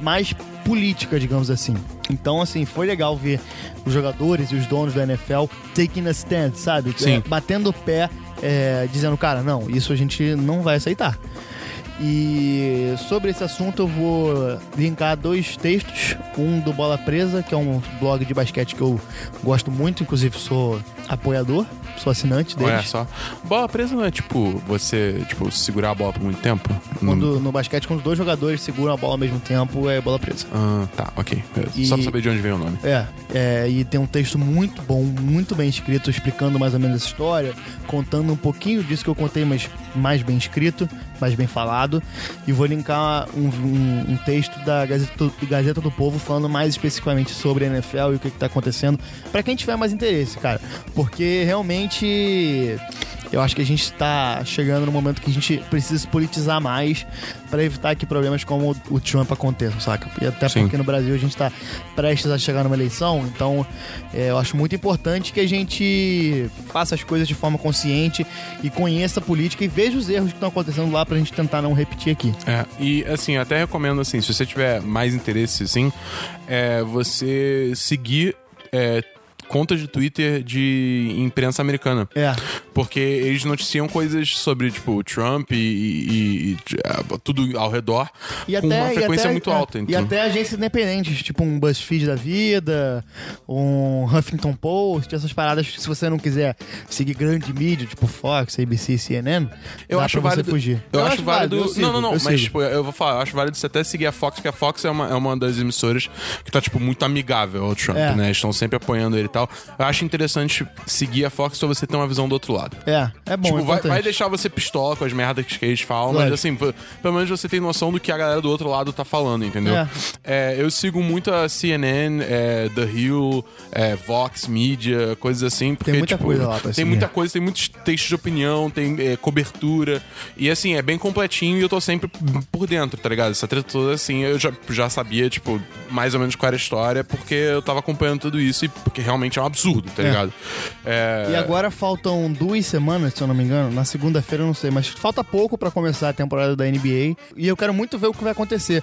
A: mais política, digamos assim. Então, assim, foi legal ver os jogadores e os donos da NFL taking a stand, sabe?
B: Sim.
A: É, batendo o pé, é, dizendo, cara, não, isso a gente não vai aceitar. E sobre esse assunto eu vou linkar dois textos. Um do Bola Presa, que é um blog de basquete que eu gosto muito, inclusive sou apoiador, sou assinante deles.
B: Olha é só. Bola presa não é tipo você tipo, segurar a bola por muito tempo?
A: Quando, no basquete, quando dois jogadores seguram a bola ao mesmo tempo, é bola presa.
B: Ah, tá, ok. Beleza.
A: E-
B: Só pra saber de onde veio o nome.
A: É, é, e tem um texto muito bom, muito bem escrito, explicando mais ou menos essa história, contando um pouquinho disso que eu contei, mas mais bem escrito, mais bem falado. E vou linkar um, um- um texto da Gazeta, Gazeta do Povo falando mais especificamente sobre a NFL e o que, que tá acontecendo, pra quem tiver mais interesse, cara. Porque realmente eu acho que a gente está chegando no momento que a gente precisa se politizar mais para evitar que problemas como o Trump aconteçam, saca? E até
B: Sim.
A: porque no Brasil a gente está prestes a chegar numa eleição, então é, eu acho muito importante que a gente faça as coisas de forma consciente e conheça a política e veja os erros que estão acontecendo lá para a gente tentar não repetir aqui.
B: É, e assim, até recomendo assim, se você tiver mais interesse, assim, é, você seguir é, contas de Twitter de imprensa americana.
A: É.
B: Porque eles noticiam coisas sobre, tipo, o Trump e, e- e, é, tudo ao redor
A: E
B: com uma
A: e
B: frequência
A: até-
B: muito
A: é,
B: alta.
A: E
B: Então.
A: até agências independentes, tipo um BuzzFeed da vida, um Huffington Post, essas paradas que se você não quiser seguir grande mídia, tipo Fox, ABC, CNN,
B: Eu
A: dá
B: acho
A: pra
B: válido.
A: você fugir.
B: Eu, acho, válido.
A: eu sigo,
B: não, não, não.
A: eu
B: mas,
A: sigo.
B: tipo, eu vou falar, eu acho válido você até seguir a Fox, porque a Fox é uma, é uma das emissoras que tá, tipo, muito amigável ao Trump,
A: É.
B: né? Eles Estão sempre apoiando ele e tal. Eu acho interessante seguir a Fox pra você ter uma visão do outro lado.
A: É, é bom, é
B: Tipo, vai,
A: importante.
B: vai deixar você pistola com as merdas que eles falam, mas
A: Lógico.
B: assim, p- pelo menos você tem noção do que a galera do outro lado tá falando, entendeu?
A: É.
B: É, eu sigo muito a CNN, é, The Hill, é, Vox Media, coisas assim, porque
A: muita
B: tipo,
A: coisa lá pra
B: tem
A: seguir.
B: muita coisa, tem muitos textos de opinião, tem é, cobertura e assim é bem completinho e eu tô sempre por dentro, tá ligado? Essa treta toda assim, eu já, já sabia tipo mais ou menos qual era a história porque eu tava acompanhando tudo isso e porque realmente é um absurdo, tá
A: É.
B: ligado? É,
A: E agora faltam duas semanas, se eu não me engano. Na segunda-feira, eu não sei, mas falta pouco pra começar a temporada da NBA. E eu quero muito ver o que vai acontecer.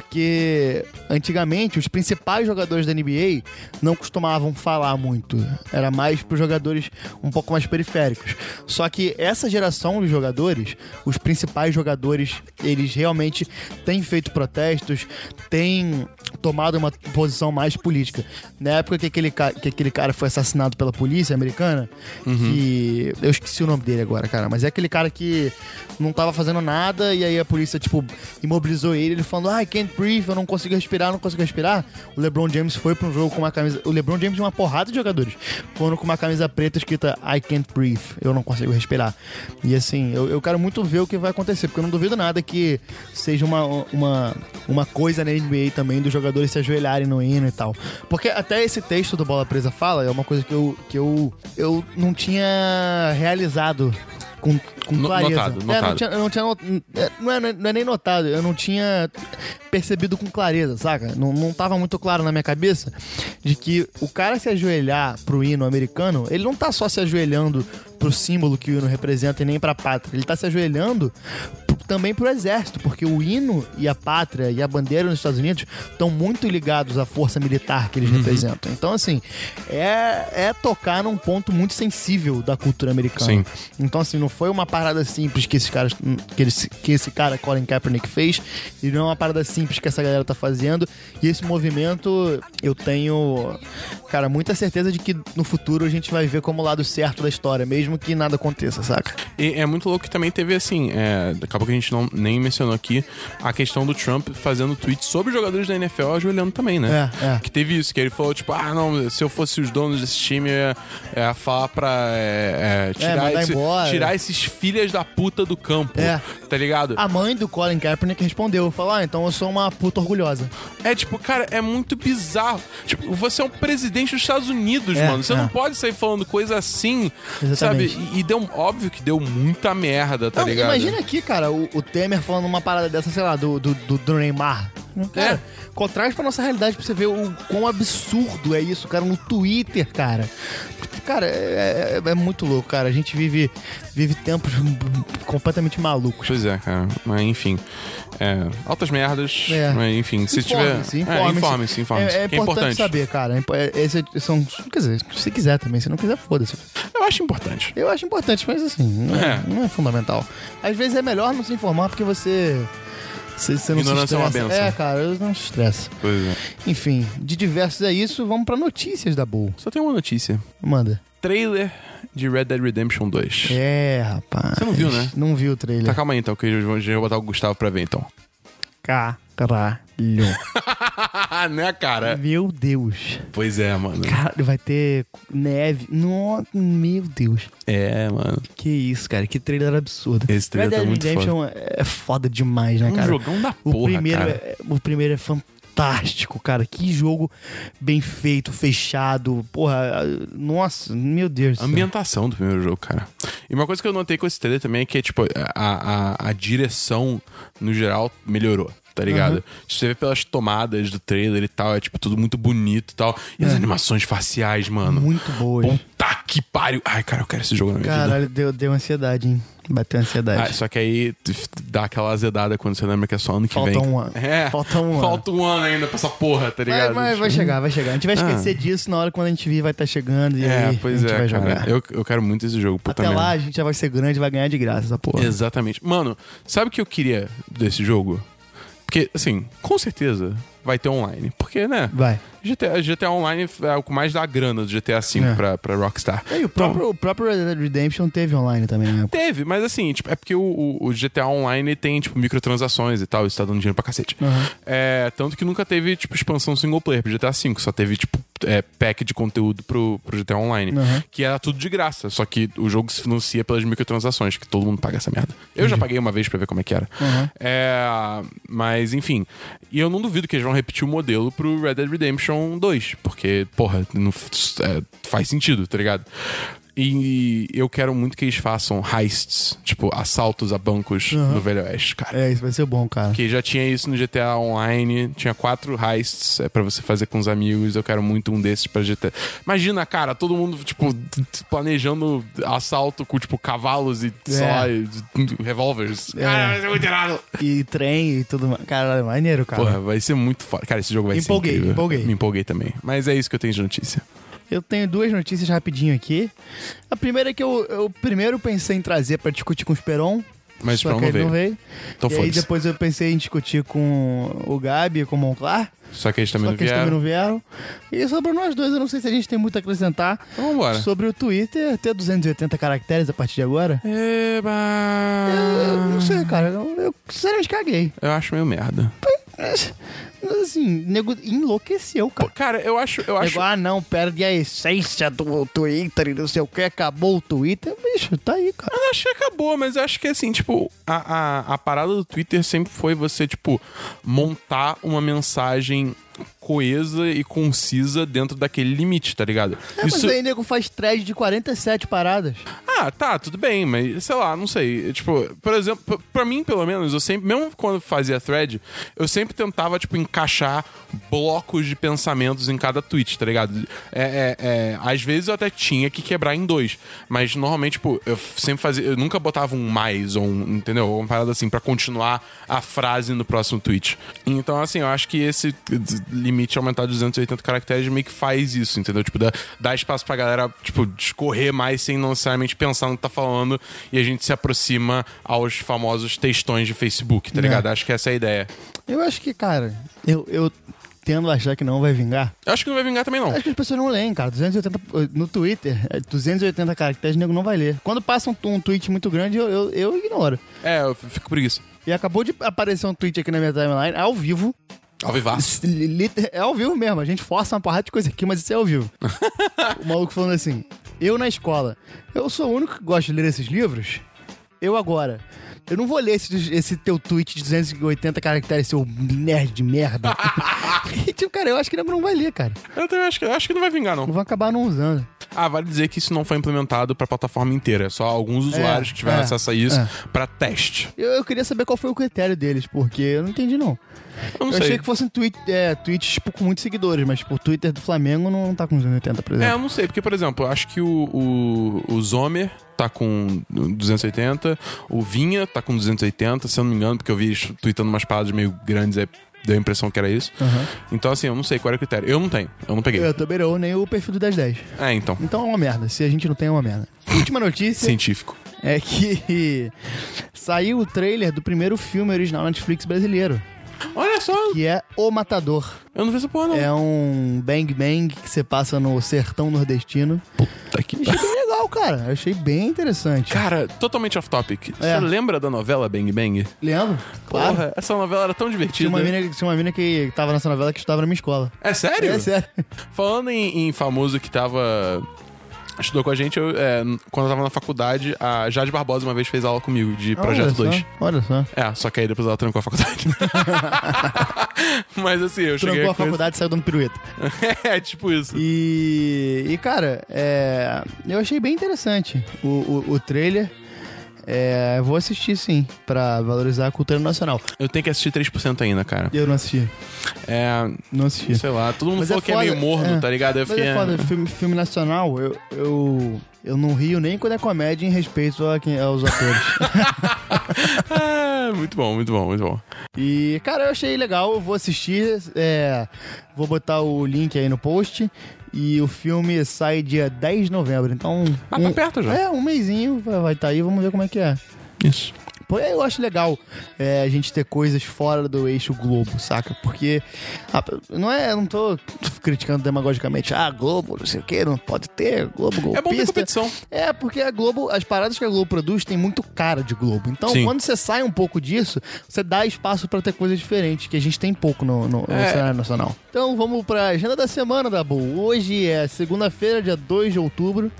A: Porque antigamente, os principais jogadores da NBA não costumavam falar muito. Era mais pros jogadores um pouco mais periféricos. Só que essa geração de jogadores, os principais jogadores, eles realmente têm feito protestos, têm tomado uma posição mais política. Na época que aquele, ca- que aquele cara foi assassinado pela polícia americana, que. Eu esqueci o nome dele agora, cara, mas é aquele cara que não tava fazendo nada e aí a polícia, tipo, imobilizou ele, ele falando, ah, I can't breathe, eu não consigo respirar, não consigo respirar. O LeBron James foi pra um jogo com uma camisa. O LeBron James e uma porrada de jogadores foram com uma camisa preta escrita I can't breathe, eu não consigo respirar. E assim, eu, eu quero muito ver o que vai acontecer, porque eu não duvido nada que seja uma, uma, uma coisa na NBA também dos jogadores se ajoelharem no hino e tal. Porque até esse texto do Bola Presa fala é uma coisa que eu, que eu, eu não tinha realizado. Com, com
B: No-
A: clareza. É,
B: notado, notado.
A: não tinha, eu não tinha. not- é, Não é, não é nem notado, eu não tinha percebido com clareza, saca? Não, não tava muito claro na minha cabeça de que o cara se ajoelhar pro hino americano, ele não tá só se ajoelhando pro símbolo que o hino representa e nem pra pátria. Ele tá se ajoelhando p- também pro exército, porque o hino e a pátria e a bandeira nos Estados Unidos estão muito ligados à força militar que eles representam. Então, assim, é, é tocar num ponto muito sensível da cultura americana.
B: Sim.
A: Então, assim, não foi uma parada simples que esses caras. Que, eles, que esse cara, Colin Kaepernick, fez. E não é uma parada simples que essa galera tá fazendo. E esse movimento, eu tenho, cara, muita certeza de que no futuro a gente vai ver como o lado certo da história, mesmo que nada aconteça, saca?
B: E é muito louco que também teve assim, é, acabou que a gente não, nem mencionou aqui, a questão do Trump fazendo tweets sobre os jogadores da NFL ajoelhando também, né?
A: É, é.
B: Que teve isso, que ele falou, tipo, ah, não, se eu fosse os donos desse time, eu ia, eu ia falar pra é, é, tirar,
A: mandar
B: esse-
A: embora.
B: tirar esses filhas da puta do campo.
A: É.
B: Tá ligado?
A: A mãe do Colin Kaepernick respondeu, falou: Ah, então eu sou uma puta orgulhosa.
B: É tipo, cara, é muito bizarro. Tipo, você é um presidente dos Estados Unidos,
A: É,
B: mano. Você
A: é.
B: não pode sair falando coisa assim,
A: Exatamente.
B: sabe? E, e deu, óbvio que deu muita merda, tá
A: Não,
B: ligado?
A: imagina aqui, cara, o, o Temer falando uma parada dessa, sei lá, do, do, do- do Neymar.
B: É.
A: Cara, contraste pra nossa realidade pra você ver o quão absurdo é isso, cara, no Twitter, cara. Cara, é, é- é muito louco, cara. A gente vive, vive tempos completamente malucos.
B: Pois é, cara. Mas enfim. É, altas merdas.
A: É.
B: Mas, enfim, se tiver.
A: Informe-se, informe-se.
B: é, informe-se, informe-se.
A: É, é
B: que
A: importante saber, cara. É impo- é- Esse são, quer dizer, se quiser também, se não quiser, foda-se.
B: Eu acho importante.
A: Eu acho importante, mas assim, não é,
B: É.
A: não é fundamental. Às vezes é melhor não se informar porque você. Você, você não se
B: Ignorância é uma
A: estressa.
B: benção.
A: É, cara, eu não se estressa.
B: Pois é.
A: Enfim, de diversos é isso, vamos pra notícias da Bull.
B: Só tem uma notícia:
A: Manda.
B: trailer de Red Dead Redemption 2.
A: É, rapaz.
B: Você não viu, né?
A: Não viu o trailer.
B: Tá, calma aí então, que eu vou- já vou botar o Gustavo pra ver então.
A: Caralho.
B: né, cara?
A: Meu Deus.
B: Pois é, mano.
A: Caralho, vai ter neve. No... Meu Deus.
B: É, mano.
A: Que isso, cara. Que trailer absurdo.
B: Esse trailer
A: Red
B: tá
A: Dead
B: muito
A: Redemption é foda demais, né,
B: Um
A: cara?
B: jogão da
A: O
B: porra,
A: primeiro,
B: cara.
A: É, o primeiro é fantástico, cara. Que jogo bem feito, fechado. Porra, nossa, meu Deus. do
B: A
A: céu.
B: ambientação do primeiro jogo, cara. E uma coisa que eu notei com esse trailer também é que, tipo, a, a, a direção, no geral, melhorou. Tá ligado?
A: Uhum.
B: Você vê pelas tomadas do trailer e tal, é tipo tudo muito bonito e tal. E as animações faciais, mano.
A: É. Muito boa. hein?
B: Puta que pariu. Ai, cara, eu quero esse jogo na minha vida.
A: Caralho, deu, deu ansiedade, hein? Bateu ansiedade.
B: Ah, só que aí tu- dá aquela azedada quando você lembra que é só ano que
A: Falta
B: vem.
A: um ano.
B: É.
A: Falta um ano.
B: Falta um ano ainda pra essa porra, tá
A: Vai-
B: ligado?
A: vai, vai chegar, vai chegar. A gente vai esquecer disso na hora quando a gente vir, vai estar chegando e
B: Ah. É,
A: aí
B: pois
A: a gente
B: é,
A: vai
B: cara.
A: jogar.
B: Eu, eu quero muito esse jogo, puta
A: Até
B: merda.
A: lá a gente já vai ser grande, vai ganhar de graça essa porra.
B: Exatamente. Mano, sabe o que eu queria desse jogo? Porque, assim, com certeza, vai ter online. Porque, né?
A: Vai.
B: GTA, GTA Online é o que mais dá grana do GTA V
A: É.
B: pra, pra Rockstar.
A: E o próprio, o próprio Red Dead Redemption teve online também, né?
B: Teve, mas assim, tipo, é porque o, o- o GTA Online tem, tipo, microtransações e tal, isso tá dando dinheiro pra cacete. É, tanto que nunca teve, tipo, expansão single player pro GTA V, só teve, tipo, é, pack de conteúdo pro, pro GTA Online,
A: Uhum.
B: que era tudo de graça, só que o jogo se financia pelas microtransações, que todo mundo paga essa merda. Eu já paguei uma vez pra ver como é que era.
A: Uhum.
B: É, mas, enfim, e eu não duvido que eles vão repetir o modelo pro Red Dead Redemption 2, porque, porra, não, f- é, faz sentido, tá ligado? E eu quero muito que eles façam heists, tipo, assaltos a bancos
A: Uhum.
B: no Velho Oeste, cara.
A: É, isso vai ser bom, cara.
B: Porque já tinha isso no GTA Online, tinha quatro heists é, para você fazer com os amigos. Eu quero muito um desses pra GTA. Imagina, cara, todo mundo, tipo, t- t- planejando assalto com, tipo, cavalos e, sei
A: É.
B: lá, e- e revólveres.
A: É.
B: Cara, vai ser muito irado.
A: E trem e tudo mais. Cara, é maneiro, cara.
B: Porra, vai ser muito foda. Cara, esse jogo vai
A: Empolguei,
B: ser incrível.
A: empolguei.
B: Me empolguei também. Mas é isso que eu tenho de notícia.
A: Eu tenho duas notícias rapidinho aqui. A primeira é que eu, eu primeiro pensei em trazer pra discutir com o Esperon.
B: Mas o
A: só
B: Esperon
A: que
B: não
A: ele não
B: veio.
A: veio.
B: Então
A: e aí
B: foda-se.
A: depois eu pensei em discutir com o Gabi e com o Monclar.
B: Só que eles também
A: Só
B: não
A: que eles também
B: vieram.
A: não vieram. E sobre nós dois, eu não sei se a gente tem muito a acrescentar.
B: Então vambora.
A: Sobre o Twitter ter 280 caracteres a partir de agora.
B: Eba!
A: Eu, eu não sei, cara. Eu, eu sinceramente caguei.
B: Eu acho meio merda.
A: Mas, assim, nego enlouqueceu, cara.
B: Cara, eu acho. Eu acho...
A: Nego, ah, não, perde a essência do Twitter e não sei o que, acabou o Twitter. Bicho, tá aí, cara.
B: Eu não acho que acabou, mas eu acho que assim, tipo, a, a, a parada do Twitter sempre foi você, tipo, montar uma mensagem coesa e concisa dentro daquele limite, tá ligado?
A: É, mas aí nego faz thread de 47 paradas.
B: Ah, tá, tudo bem, mas sei lá, não sei. Tipo, por exemplo, p- pra mim, pelo menos, eu sempre, mesmo quando eu fazia thread, eu sempre tentava, tipo, encaixar blocos de pensamentos em cada tweet, tá ligado? É, é, é, às vezes eu até tinha que quebrar em dois, mas normalmente, tipo, eu f- sempre fazia, eu nunca botava um mais ou um, entendeu? Uma parada assim, pra continuar a frase no próximo tweet. Então, assim, eu acho que esse d- limite é aumentar de 280 caracteres meio que faz isso, entendeu? Tipo, dá, dá espaço pra galera, tipo, discorrer mais sem não necessariamente pensar no que tá falando e a gente se aproxima aos famosos textões de Facebook, tá
A: É.
B: ligado? Acho que essa é a ideia.
A: Eu acho que, cara, eu, eu tendo a achar que não vai vingar.
B: Eu acho que não vai vingar também, não.
A: Acho que as pessoas não leem, cara. 280, no Twitter, é 280 caracteres, nego não vai ler. Quando passa um, um tweet muito grande, eu, eu, eu ignoro.
B: É, eu fico por isso.
A: E acabou de aparecer um tweet aqui na minha timeline, ao vivo.
B: Ao vivaço.
A: Li- li- É ao vivo mesmo, a gente força uma porrada de coisa aqui, mas isso é ao vivo. o maluco falando assim: Eu na escola, eu sou o único que gosta de ler esses livros? Eu agora. Eu não vou ler esse, esse teu tweet de 280 caracteres, seu nerd de merda. E, tipo, cara, eu acho que ele não vai ler, cara.
B: Eu também acho que, eu acho que não vai vingar, não.
A: Não vão acabar não usando.
B: Ah, vale dizer que isso não foi implementado pra plataforma inteira. É só alguns usuários que tiveram
A: é,
B: acesso a isso
A: é.
B: pra teste.
A: Eu, eu queria saber qual foi o critério deles, porque eu não entendi, não.
B: Eu não
A: eu
B: sei.
A: achei que fossem tweet, é, tweets tipo, com muitos seguidores, mas tipo, o Twitter do Flamengo não tá com 280, por
B: É,
A: exemplo.
B: eu não sei, porque, por exemplo, eu acho que o, o, o Zomer tá com 280, o Vinha tá com 280, se eu não me engano, porque eu vi eles tweetando umas paradas meio grandes, aí deu a impressão que era isso.
A: Aham.
B: Então, assim, eu não sei qual era o critério. Eu não tenho, eu não peguei.
A: Eu também não, nem o perfil do 1010.
B: É, então,
A: Então é uma merda. Se a gente não tem, é uma merda. Última notícia
B: científico.
A: é que saiu o trailer do primeiro filme original Netflix brasileiro,
B: Olha só,
A: que é O Matador.
B: eu não vi essa porra, não.
A: É um bang bang que se passa no sertão nordestino.
B: Puta que
A: Eu
B: pa-
A: Achei bem legal, cara. Eu Achei bem interessante.
B: Tá Cara, totalmente off topic. Você
A: É.
B: lembra da novela Bang Bang?
A: Lembro? Claro.
B: Porra, essa novela era tão
A: Tinha
B: divertida.
A: uma, mina, tinha uma mina que tava nessa novela que estudava na minha escola.
B: É sério?
A: É sério.
B: Falando em, em famoso que tava. Estudou com a gente, eu, é, quando eu tava na faculdade, a Jade Barbosa uma vez fez aula comigo de Projeto
A: Olha só,
B: 2.
A: Olha só.
B: É, só que aí depois ela trancou a faculdade. Mas assim, eu cheguei.
A: Trancou a
B: com isso.
A: faculdade e saiu dando pirueta.
B: é, tipo isso.
A: E, e, cara, é, eu achei bem interessante o, o, o trailer. É, eu vou assistir sim, pra valorizar a cultura nacional.
B: Eu tenho que assistir 3% ainda, cara.
A: Eu não assisti,
B: É.
A: não assisti.
B: Sei lá, todo mundo
A: Mas é
B: falou que
A: foda,
B: é meio morno,
A: é.
B: tá ligado? Eu
A: Mas
B: fiquei.
A: é foda, filme, filme nacional, eu, eu, eu não rio nem quando é comédia em respeito a quem- aos atores.
B: Ah, muito bom, muito bom, muito bom.
A: e, cara, eu achei legal, eu vou assistir, é, vou botar o link aí no post. E o filme sai dia 10 de novembro, então...
B: Ah, tá perto já.
A: tá É, um mêsinho vai estar aí, vamos ver como é que é.
B: Isso.
A: papo. Eu acho legal é, a gente ter coisas fora do eixo Globo, saca? Porque ah, não é, eu não tô criticando demagogicamente, ah, Globo, não sei o que, não pode ter, Globo, Globo.
B: É bom ter competição.
A: É, porque a Globo, as paradas que a Globo produz tem muito cara de Globo. Então,
B: Sim.
A: quando você sai um pouco disso, você dá espaço pra ter coisas diferentes, que a gente tem pouco no, no- no
B: É.
A: cenário nacional. Então, vamos pra agenda da semana, Dabu. Hoje é segunda-feira, dia 2 de outubro.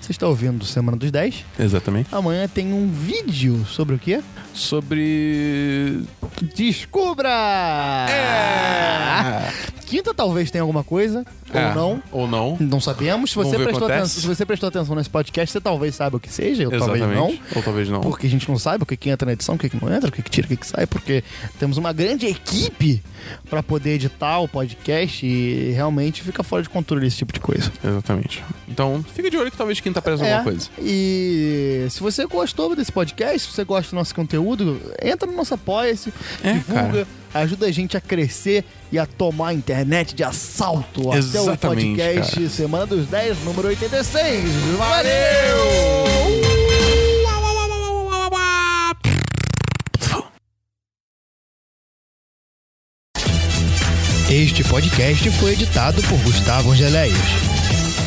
A: Você está ouvindo Semana dos 10.
B: Exatamente.
A: Amanhã tem um vídeo sobre o quê?
B: Sobre.
A: Descubra! Quinta talvez tenha alguma coisa,
B: É,
A: ou não.
B: Ou não.
A: Não sabemos. Se
B: Vamos
A: você,
B: ver o que
A: prestou
B: acontece.
A: atenção, se você prestou atenção nesse podcast, você talvez saiba o que seja, eu
B: Exatamente.
A: talvez não.
B: Ou talvez não.
A: Porque a gente não sabe o que, que entra na edição, o que, que não entra, o que, que tira, o que, que sai, porque temos uma grande equipe pra poder editar o podcast e realmente fica fora de controle esse tipo de coisa.
B: Exatamente. Então, fica de olho que talvez quinta apareça
A: É,
B: alguma coisa.
A: E se você gostou desse podcast, se você gosta do nosso conteúdo, entra no nosso apoia-se,
B: É,
A: divulga, ajuda a gente a crescer e a tomar a internet de assalto. Até o
B: Exatamente,
A: podcast
B: cara.
A: Semana dos 10, número 86. Valeu! Este podcast foi editado por Gustavo Angeléias.